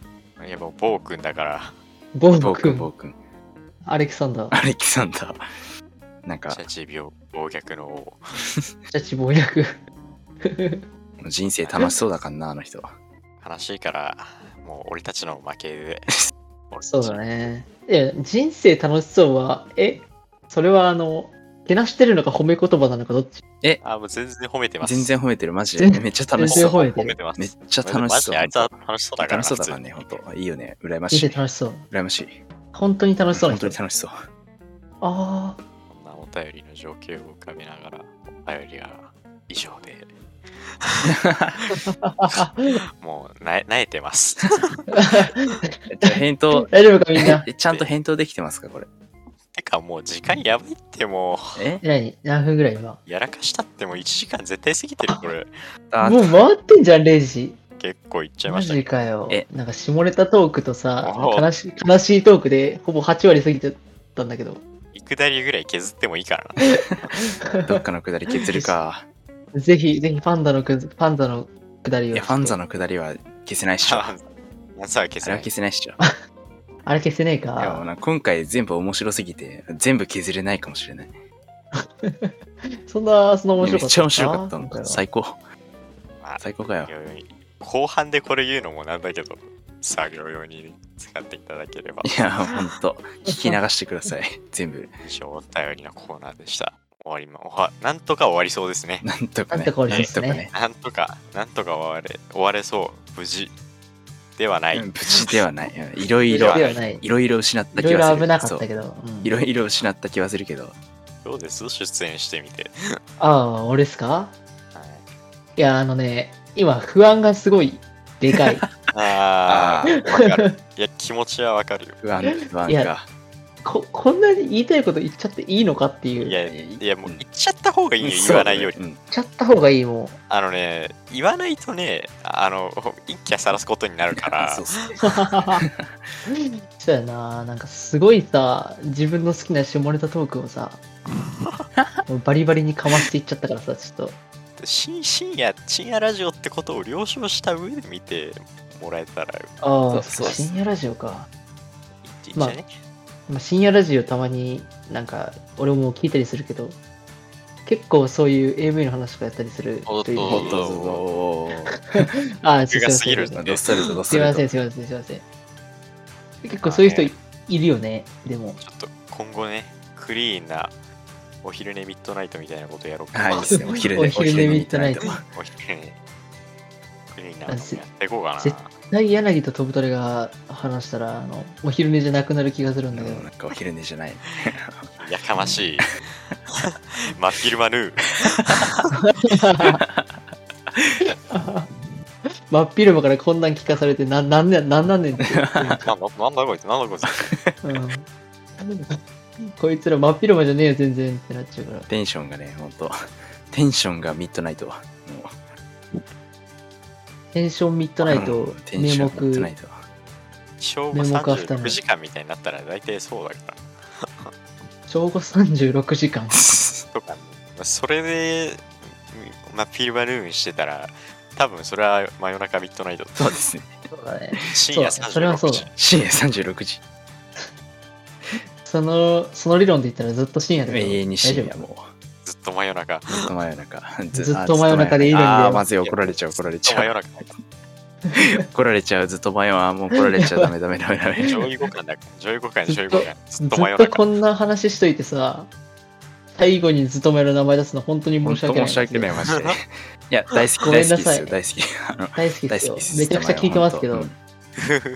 Speaker 1: やっぱボウ君だから
Speaker 3: ボ
Speaker 2: ボ
Speaker 3: ー
Speaker 2: ー君、
Speaker 3: 君
Speaker 2: ボ、ー君、
Speaker 3: アレキサン ダー、
Speaker 2: アレキサンダー。なんか
Speaker 1: シ、ャチ病暴虐の王
Speaker 3: シャチ暴虐。
Speaker 2: 人生楽しそうだからな、あの人は。
Speaker 1: 悲しいからもう俺たちの負けで
Speaker 3: そうだね。 いや、人生楽しそうは、え、それはあの、けなしてるのか褒め言葉なのかどっち
Speaker 1: あもう全然褒めてます
Speaker 2: 全然褒めてる、マジ
Speaker 3: 全
Speaker 2: で。
Speaker 3: 然
Speaker 2: めっちゃ楽しそ
Speaker 3: 全然褒め
Speaker 2: う。
Speaker 3: てる
Speaker 1: 褒めてます
Speaker 2: めっちゃ楽し
Speaker 1: マジ
Speaker 2: そう。
Speaker 1: であいつは楽しそうだからな
Speaker 2: 楽しそうだからね、ほんと。いいよね、羨まし
Speaker 3: 人
Speaker 2: い
Speaker 3: 生。楽しそう。
Speaker 2: 羨ましい。
Speaker 3: 本当に楽しそうな
Speaker 2: 本当
Speaker 3: 人
Speaker 2: に。楽しそう。
Speaker 3: ああ、、
Speaker 1: 普通にこんなお便りの情景を浮かべながらお便りが以上でもうなえなえてます
Speaker 2: じゃあ返答
Speaker 3: 大丈夫かみん な。
Speaker 2: ちゃんと返答できてますか、これ。
Speaker 1: てかもう時間やばいっても
Speaker 2: え
Speaker 3: えらい、何分ぐらい今。
Speaker 1: うやらかしたってもう1時間絶対過ぎてるこ れ
Speaker 2: あ
Speaker 3: もう回ってんじゃん、0時。
Speaker 1: 結構いっちゃい
Speaker 3: マ
Speaker 1: ました
Speaker 3: ジ
Speaker 1: けど
Speaker 3: かよ
Speaker 2: え。
Speaker 3: なんか下ネタトークとさ、
Speaker 1: おう
Speaker 3: 悲しい悲しいトークでほぼ8割過ぎてたんだけ ど、
Speaker 1: いくだりぐらい削ってもいいからな
Speaker 2: どっかのくだり削るか。
Speaker 3: ぜひ、ぜひパンダのくず、パンダのくだり
Speaker 2: い
Speaker 3: を。
Speaker 2: や、ファンザのくだりは消せないっしょ。あ
Speaker 1: まずは消せな
Speaker 2: れはい消せないっしょ。
Speaker 3: あれ消せねえ
Speaker 2: いやもう
Speaker 3: か。
Speaker 2: な今回全部面白すぎて、全部削れないかもしれない。
Speaker 3: そんな、そんな面白
Speaker 2: めっ
Speaker 3: かった。
Speaker 2: ちゃ面白かった
Speaker 3: 今
Speaker 2: の
Speaker 3: 回は
Speaker 2: 最高。
Speaker 1: まあ
Speaker 2: 最高かよ。
Speaker 1: 後半でこれ言うのもなんだけど作業用に使っていただければ
Speaker 2: いや、ほんと、聞き流してください。全部。
Speaker 1: 以上お便りのコーナーでした終わりまおはなんとか終わりそうですね
Speaker 2: なんとか
Speaker 3: な
Speaker 2: ね。
Speaker 3: んとか俺ですね
Speaker 2: なん
Speaker 1: な
Speaker 2: と
Speaker 1: んとかなんとか終われ終われそう無事ではない、
Speaker 2: うん無事ではない。いろい
Speaker 1: 色
Speaker 2: ろ
Speaker 1: 々、
Speaker 3: ではない。
Speaker 2: いろいろ失っ
Speaker 3: い
Speaker 2: た
Speaker 3: ろ
Speaker 2: 気
Speaker 3: い
Speaker 2: はす
Speaker 3: ろ
Speaker 2: る。
Speaker 3: 危なかった
Speaker 2: そう
Speaker 3: けど。うん
Speaker 2: いろいろ失った気はするけど。
Speaker 1: どうです出演してみて、
Speaker 3: ああ、俺っすかいや、あのね、今不安がすごいでか い。
Speaker 1: ああ
Speaker 2: ー
Speaker 1: わかるいや気持ちはわかるよ
Speaker 2: 不安、不安
Speaker 3: いや
Speaker 2: が。
Speaker 3: こ、こんなに言いたいこと言っちゃっていいのかっていう。
Speaker 1: い
Speaker 3: 言っ
Speaker 1: や
Speaker 2: い
Speaker 1: いやもう言っちゃった方がいいよ言わないより、
Speaker 2: うん
Speaker 3: ちゃった方がいいもん。
Speaker 1: あのね言わないとねあの一気はさらすことになるか
Speaker 2: あ
Speaker 1: ら
Speaker 2: そうっすね
Speaker 3: そうやな、なんかすごいさ、自分の好きな下ネタトークをさ、もうバリバリにかましていっちゃったからさ、ちょっと。
Speaker 1: 深深夜深夜ラジオってことを了承した上で見てもらえたら
Speaker 3: ああ、
Speaker 2: そうそうそう
Speaker 3: 深夜ラジオか。
Speaker 1: いいんじゃね、
Speaker 3: まあ、深夜ラジオたまになんか、俺も聞いたりするけど、結構そういう AV の話とかやったりする
Speaker 1: おっと
Speaker 3: 人いる
Speaker 2: おっ
Speaker 1: ど
Speaker 2: と
Speaker 1: うぞ
Speaker 2: おっと
Speaker 3: ああ、す
Speaker 1: 欲
Speaker 3: い
Speaker 1: が
Speaker 3: ま
Speaker 1: 過
Speaker 3: せ
Speaker 1: ぎ
Speaker 3: ん。
Speaker 1: る
Speaker 3: す
Speaker 1: ん
Speaker 3: い
Speaker 2: おっとど
Speaker 1: で
Speaker 2: っさりとどっさ
Speaker 3: ませ
Speaker 2: り
Speaker 3: ん、
Speaker 2: と。
Speaker 3: すいません、すいません。結構そういう人い
Speaker 1: ま
Speaker 3: いるよね、でも。
Speaker 1: ちょっと今後ねクリーンなお昼寝ミッドナイトみたいなことやろうかな、
Speaker 2: はい、いいですね。お昼寝、
Speaker 3: お昼寝
Speaker 2: ミッドナイト
Speaker 3: ミッドナイト
Speaker 1: お昼寝クリーンなことやっていこうかな
Speaker 3: ぜ大柳と飛ぶ鳥が話したら、あの、お昼寝じゃなくなる気がするんだけど
Speaker 2: うん。なんかお昼寝じゃない。
Speaker 1: やかましい 真っ昼間ヌー
Speaker 3: 真っ昼間からこんなん聞かされてななんねんなんなんねんって、
Speaker 1: なななんだこいつなんだこいつ
Speaker 3: うん、こいつら真っ昼間じゃねえよ全然ってなっちゃうから
Speaker 2: テンションがね、ほんと。テンションがミッドナイト。もう
Speaker 3: テンションミッドナイ
Speaker 2: う
Speaker 3: ト
Speaker 2: んテン
Speaker 3: 名
Speaker 2: ションミッドナイ
Speaker 3: 目
Speaker 2: ト。
Speaker 1: 昭
Speaker 3: メ
Speaker 1: 和
Speaker 3: モ化したね
Speaker 1: 36時間みたいになったら大体そうだから
Speaker 3: 正午36時間。
Speaker 1: とか、まあそれで、うんまあ、ピルバルーンしてたら、多分それは真夜中ミッドナイトだ
Speaker 2: そうですね。
Speaker 3: そうだね。
Speaker 1: 深夜
Speaker 3: そうそれはそう
Speaker 1: 36
Speaker 3: だ
Speaker 1: 時。
Speaker 2: 深夜36時。
Speaker 3: その、その理論で言ったらずっと深夜だけど
Speaker 2: 永遠に深
Speaker 3: 大
Speaker 2: 夜
Speaker 3: 丈
Speaker 2: も
Speaker 1: ずっと真夜 中。
Speaker 2: う。ずっと真夜中。
Speaker 3: ずっと真夜中でいいのにね
Speaker 2: あーずっと真夜中あー、まずい怒られちゃう、怒られ
Speaker 1: ず
Speaker 2: ち
Speaker 1: っと真
Speaker 2: ゃ
Speaker 1: 夜
Speaker 2: う。
Speaker 1: 中。
Speaker 2: 怒られちゃう、ずっと真夜中。もう怒られちゃう、ダメダメダメダ メ。
Speaker 1: 上位互換だ。上位互換、
Speaker 3: ず
Speaker 1: 上位
Speaker 3: っと
Speaker 1: 互換。ずっと
Speaker 3: 夫
Speaker 1: 真
Speaker 3: ずっ
Speaker 1: 夜
Speaker 3: とこ
Speaker 1: 中。
Speaker 3: んな話しといてさ、最後にずっと前の名前出すの本当に
Speaker 2: 本
Speaker 3: 申し訳ない。
Speaker 2: 当申し訳ない、マジで。いや、大好
Speaker 3: ご
Speaker 2: き、
Speaker 3: め
Speaker 2: 大
Speaker 3: んな
Speaker 2: 好きで
Speaker 3: さ
Speaker 2: す
Speaker 3: い
Speaker 2: よ、大好き。あの、
Speaker 3: 大好きで
Speaker 2: 大
Speaker 3: す
Speaker 2: 好き
Speaker 3: よ
Speaker 2: で。す。
Speaker 3: めちゃくちゃ聞いてますけ
Speaker 2: う
Speaker 3: ど
Speaker 2: ん、。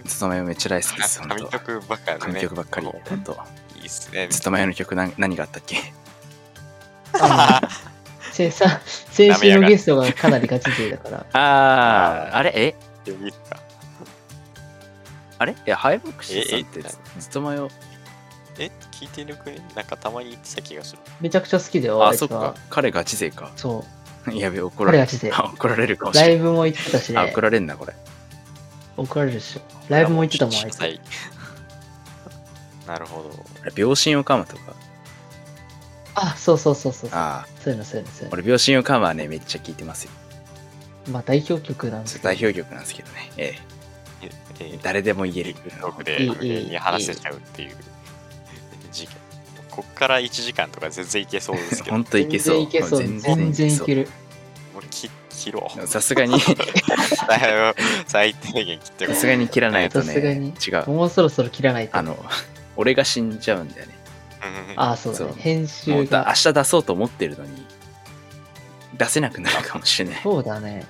Speaker 2: ずっと前めっちゃ大好きです、本
Speaker 1: 神
Speaker 2: 当。
Speaker 1: 曲ばっかだ
Speaker 2: 神
Speaker 1: ね。
Speaker 2: 曲ばっかり、本当。
Speaker 1: いいっすね。
Speaker 2: ずっと前の曲なん何があったっけ
Speaker 3: あのせ さ先週のゲストがかなりガチ勢だから、
Speaker 2: あ
Speaker 1: あ
Speaker 2: ー、あれえ
Speaker 1: いいっすか
Speaker 2: あれいや、ハイボックスさんって
Speaker 1: ええ
Speaker 2: ずっと前を。
Speaker 1: え、聞いてるくねなんかたまに言ってた気がする。
Speaker 3: めちゃくちゃ好きだよ、
Speaker 2: あ
Speaker 3: あ
Speaker 2: ー、
Speaker 3: いつ
Speaker 2: そっか
Speaker 3: は。。
Speaker 2: 彼ガチ勢か。
Speaker 3: そう、
Speaker 2: やべ、怒ら
Speaker 3: 彼
Speaker 2: れ
Speaker 3: ガ
Speaker 2: る。
Speaker 3: チ勢。
Speaker 2: あ 怒られるかもし
Speaker 3: ラ
Speaker 2: れ
Speaker 3: イブも行ってたし
Speaker 2: ない。あ、
Speaker 3: ね
Speaker 2: 怒、られんな、これ。
Speaker 3: 怒られるでしょ。ライブも行ってたもん、あいつ。
Speaker 1: はい。 なるほど。
Speaker 2: 秒針をかむとか。
Speaker 3: あ、そうそうそうそう。
Speaker 2: ああ、
Speaker 3: そういうの、そういうの、そういう
Speaker 2: 俺、秒針をかむはね、めっちゃ聞いてますよ。
Speaker 3: の。まあ、代表曲なんですけど
Speaker 2: 代表曲なんですけどね。え
Speaker 1: ええ
Speaker 2: え、誰でも言える。
Speaker 1: トークで
Speaker 3: いい
Speaker 1: 無限に話せちゃうっていう事件。こっから1時間とか全然いけそうですけど、
Speaker 2: ほ
Speaker 1: も
Speaker 2: んといけそ
Speaker 3: 全
Speaker 2: う。
Speaker 3: 然いけそう。全然いける。
Speaker 1: う切切ろう。
Speaker 2: る。さす がに、さ
Speaker 1: だいぶ最低限切ってこう
Speaker 2: すがに切らないと
Speaker 3: さすが
Speaker 2: ね
Speaker 3: に、
Speaker 2: 違う。
Speaker 3: もうそろそろ切らないと。
Speaker 2: あの、俺が死んじゃうんだよね。
Speaker 1: うん
Speaker 3: あ、そうだね。
Speaker 2: そう
Speaker 3: 編
Speaker 2: も
Speaker 3: 集
Speaker 2: うだ明
Speaker 3: が。
Speaker 2: 日出そうと思ってるのに、出せなくなるかもしれない。
Speaker 3: そうだね。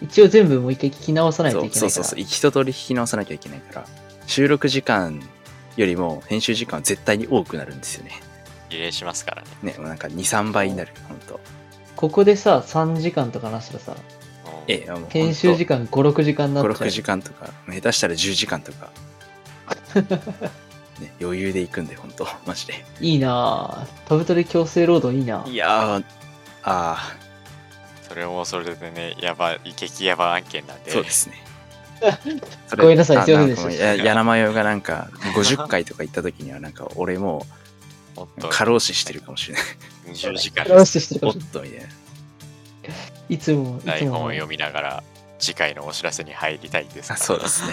Speaker 3: 一応全部もう一回聞き直さないと
Speaker 2: そ
Speaker 3: いうけ
Speaker 2: そ
Speaker 3: ない
Speaker 2: う
Speaker 3: か
Speaker 2: そうそう
Speaker 3: ら。
Speaker 2: 一通り引き直さなきゃいけないから収録時間よりも編集時間は絶対に多くなるんですよね
Speaker 1: リレーしますからね。
Speaker 2: ねもうなんか23倍になる本当
Speaker 3: ここでさ、3時間とかなしたらさ、
Speaker 2: ええもうほんと
Speaker 3: 編集時間5、6時間になっちゃ
Speaker 2: 56
Speaker 3: う。
Speaker 2: 時間とか下手したら10時間と か、ね、余裕で行くんで本当 マジで
Speaker 3: いいなぁ。飛ぶ鳥強制労働いいないぁ。
Speaker 2: やーあ
Speaker 1: それもそれでね、やばい、激ヤバ案件なん
Speaker 2: ー
Speaker 1: で、
Speaker 2: そうですね それ
Speaker 3: ごめんなさい
Speaker 2: あ
Speaker 3: すいませんでした
Speaker 2: なんかもうや柳真世がなんか50回とか行った時にはなんか俺も
Speaker 1: もっ
Speaker 2: う
Speaker 1: と
Speaker 2: 過労死してるか もしれない
Speaker 1: 20時間
Speaker 3: ラウスしてるか
Speaker 2: お
Speaker 3: も
Speaker 2: っ
Speaker 3: しれ
Speaker 2: とみたいない
Speaker 3: いつも、いつ
Speaker 1: 台本
Speaker 3: も
Speaker 1: を。読みながら、次回のお知らせに入りたいです。
Speaker 2: あそうです ね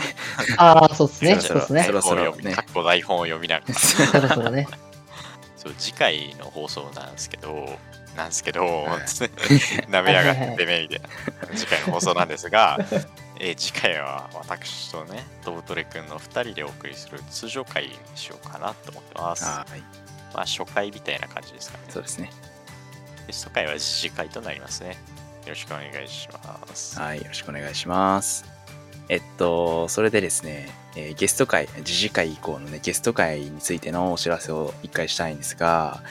Speaker 3: ああ、そうですね。
Speaker 2: そ
Speaker 3: そう
Speaker 2: ろ
Speaker 3: です
Speaker 2: そろ
Speaker 3: ね
Speaker 2: そ。ろそろ
Speaker 1: 台本を読み
Speaker 2: ね
Speaker 1: かっこ台本を読み ながら。
Speaker 3: そろそろね。
Speaker 1: そう次回の放送なんですけど、なんですけど
Speaker 2: はい、
Speaker 1: なめやがってね、みたいな。次回の放送なんです が、えー次回は私とね、ドブトレ君の2人でお送りする通常回にしようかなと思ってます。
Speaker 2: あはい
Speaker 1: まあ、初回みたいな感じですかね。
Speaker 2: そうですね
Speaker 1: ゲスト回は次回となりますね。よろしくお願いします。
Speaker 2: はい、よろしくお願いします。えっと、それでですね、えーゲスト会、次次回以降のね、ゲスト会についてのお知らせを一回したいんですが、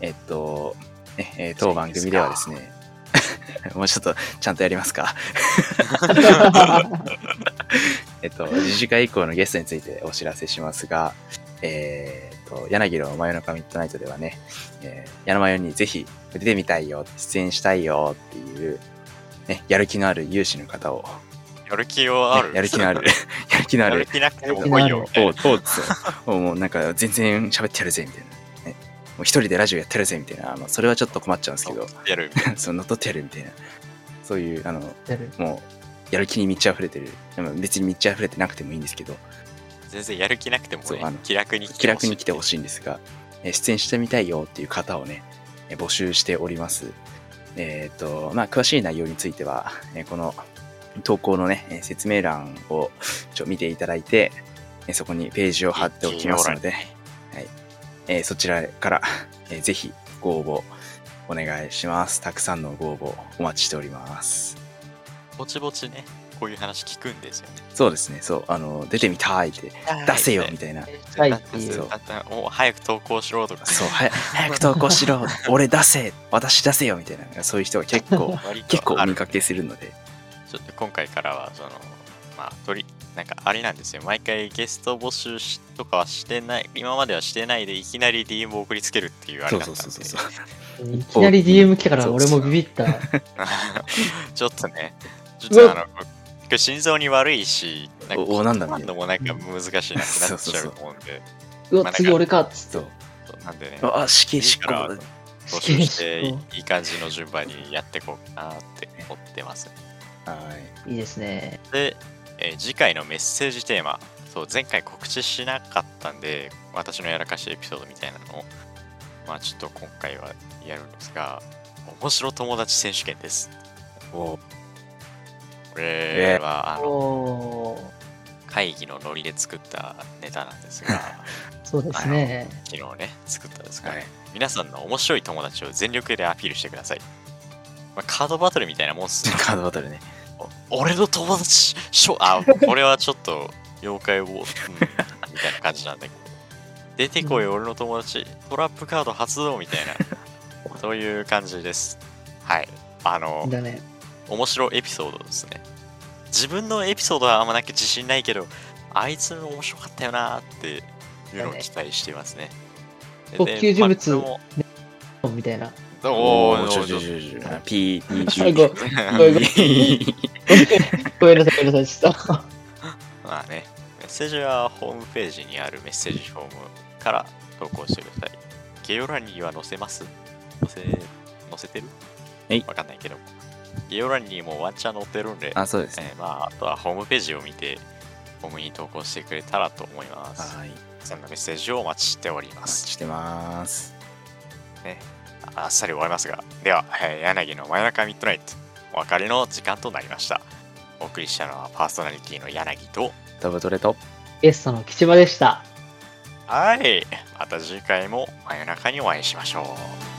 Speaker 2: えっと、ねえー当番組ではですね、 もうちょっとちゃんとやりま すか。えっと、次次回以降のゲストについてお知らせしますが、えーっと、柳の真夜中ミッドナイトではね、えー、柳真夜にぜひ出てみたいよ、出演したいよっていう、ね、やる気のある有志の方を
Speaker 1: やる気はある。
Speaker 2: やる 気のある。やる気のあ
Speaker 1: やる
Speaker 2: る。
Speaker 1: 気なくても
Speaker 3: やる気のあ
Speaker 1: 来い
Speaker 3: る
Speaker 1: よ。みたい
Speaker 2: お
Speaker 1: な
Speaker 2: う、そうそうもうなんか全然喋ってやるぜみたいな。ね、もう一人でラジオやってやるぜみたいな。あのそれはちょっと困っちゃうんですけど、
Speaker 1: やるみたい
Speaker 2: その乗っ取ってやるみたいな。そういう、あの、
Speaker 3: やる
Speaker 2: もうやる気に満ち溢れてる。でも別に満ち溢れてなくてもいいんですけど、
Speaker 1: な全然やる気なくても、
Speaker 2: そうあの
Speaker 1: ね、気楽に
Speaker 2: 気楽に来てほ
Speaker 1: しい。
Speaker 2: しいんですが、えー出演してみたいよっていう方をね、えー募集しております。えっ、と、まあ、詳しい内容については、えーこの投稿のね、えー説明欄をちょ見ていただいて、えーそこにページを貼っておきますので、はいえーそちらから、えーぜひご応募お願いします。たくさんのご応募お待ちしております。
Speaker 1: ぼちぼちね、こういう話聞くんですよね。
Speaker 2: そうですね、そう、あの、出てみたいって、出せよみたいな。
Speaker 3: したいってい
Speaker 2: そうう。
Speaker 1: だったらもう早く投稿しろとか、
Speaker 2: そう、はや早く投稿し ろ、俺出せ、私出せよみたいな、そういう人が結構、
Speaker 1: 割と
Speaker 2: 結構
Speaker 1: あ
Speaker 2: お見
Speaker 1: る
Speaker 2: かけするので、
Speaker 1: ちょっと今回からは、その、まあ、とり、なんかあれなんですよ。毎回ゲスト募集しとかはしてない、今まではしてないで、いきなり DM を送りつけるっていうあ
Speaker 2: そ
Speaker 1: れ
Speaker 2: う
Speaker 1: だった
Speaker 2: そ
Speaker 1: ん
Speaker 2: う
Speaker 1: で、
Speaker 2: そうそう。
Speaker 3: いきなり DM 来たから
Speaker 2: そう
Speaker 3: 俺もビビった。
Speaker 1: ちょっとね、ちょっとあの、これ心臓に悪いし、なんか
Speaker 2: おおなんだ
Speaker 1: 聞くのもなんか難しいなくなっちゃうと思うんで、
Speaker 3: う
Speaker 1: ま
Speaker 3: わ、
Speaker 1: あ
Speaker 3: 次俺かっつって。
Speaker 2: そう、
Speaker 1: ちょっとなんでね、
Speaker 2: あ、あ死刑執
Speaker 1: いいから
Speaker 2: 行。
Speaker 1: 募集して いいい感じの順番にやっていこうかなって思ってます。
Speaker 2: はい。
Speaker 3: いいですね。
Speaker 1: で、えー次回のメッセージテーマ、そう前回告知しなかったんで、私のやらかしエピソードみたいなのを、まあちょっと今回はやるんですが、面白友達選手権です。
Speaker 2: お
Speaker 1: これは、あの
Speaker 3: おー
Speaker 1: 会議のノリで作ったネタなんです が、
Speaker 3: そうですね。
Speaker 1: 昨日ね、作ったんですが、
Speaker 2: はい。
Speaker 1: 皆さんの面白い友達を全力でアピールしてください。まあ、カードバトルみたいなもんっすね。
Speaker 2: カードバトルね。
Speaker 1: お俺の友達しょ あこれはちょっと妖怪を、うんみたいな感じなんだけど出てこい俺の友達トラップカード発動みたい なそういう感じですはいあの
Speaker 3: だね。
Speaker 1: 面白エピソードですね自分のエピソードはあんまなく自信ないけどあいつの面白かったよなーっていうのを期待してますねで
Speaker 3: 特級人物
Speaker 1: まあこ
Speaker 3: みたいな。
Speaker 1: れもおー
Speaker 2: ち
Speaker 1: ち
Speaker 2: ょ
Speaker 1: ょ
Speaker 2: ち
Speaker 1: ち
Speaker 2: ょ
Speaker 1: ょ
Speaker 2: ちょちょ。P、P、
Speaker 3: 最後ごめんなさい、ごめんなさい、ちょっ
Speaker 1: まあね、メッセージはホームページにあるメッセージフォームから投稿してください。ゲオラニーは載せます載せ、載せてる
Speaker 2: はい
Speaker 1: わかんないけど。ゲオラニーもワンチャン載ってるんで、
Speaker 2: あ、そうですね。
Speaker 1: えーまあ、あとはホームページを見て、ホームに投稿してくれたらと思います。
Speaker 2: はい。
Speaker 1: そんなメッセージをお待ちしており
Speaker 2: お
Speaker 1: ま
Speaker 2: 待ち
Speaker 1: す。
Speaker 2: してます。
Speaker 1: あっさり終わりますが、では、えー柳の真夜中ミッドナイト、お別れの時間となりました。お送りしたのはパーソナリティの柳と、
Speaker 2: ダブトレと。
Speaker 3: とゲストの吉場でした。
Speaker 1: はい。また次回も真夜中にお会いしましょう。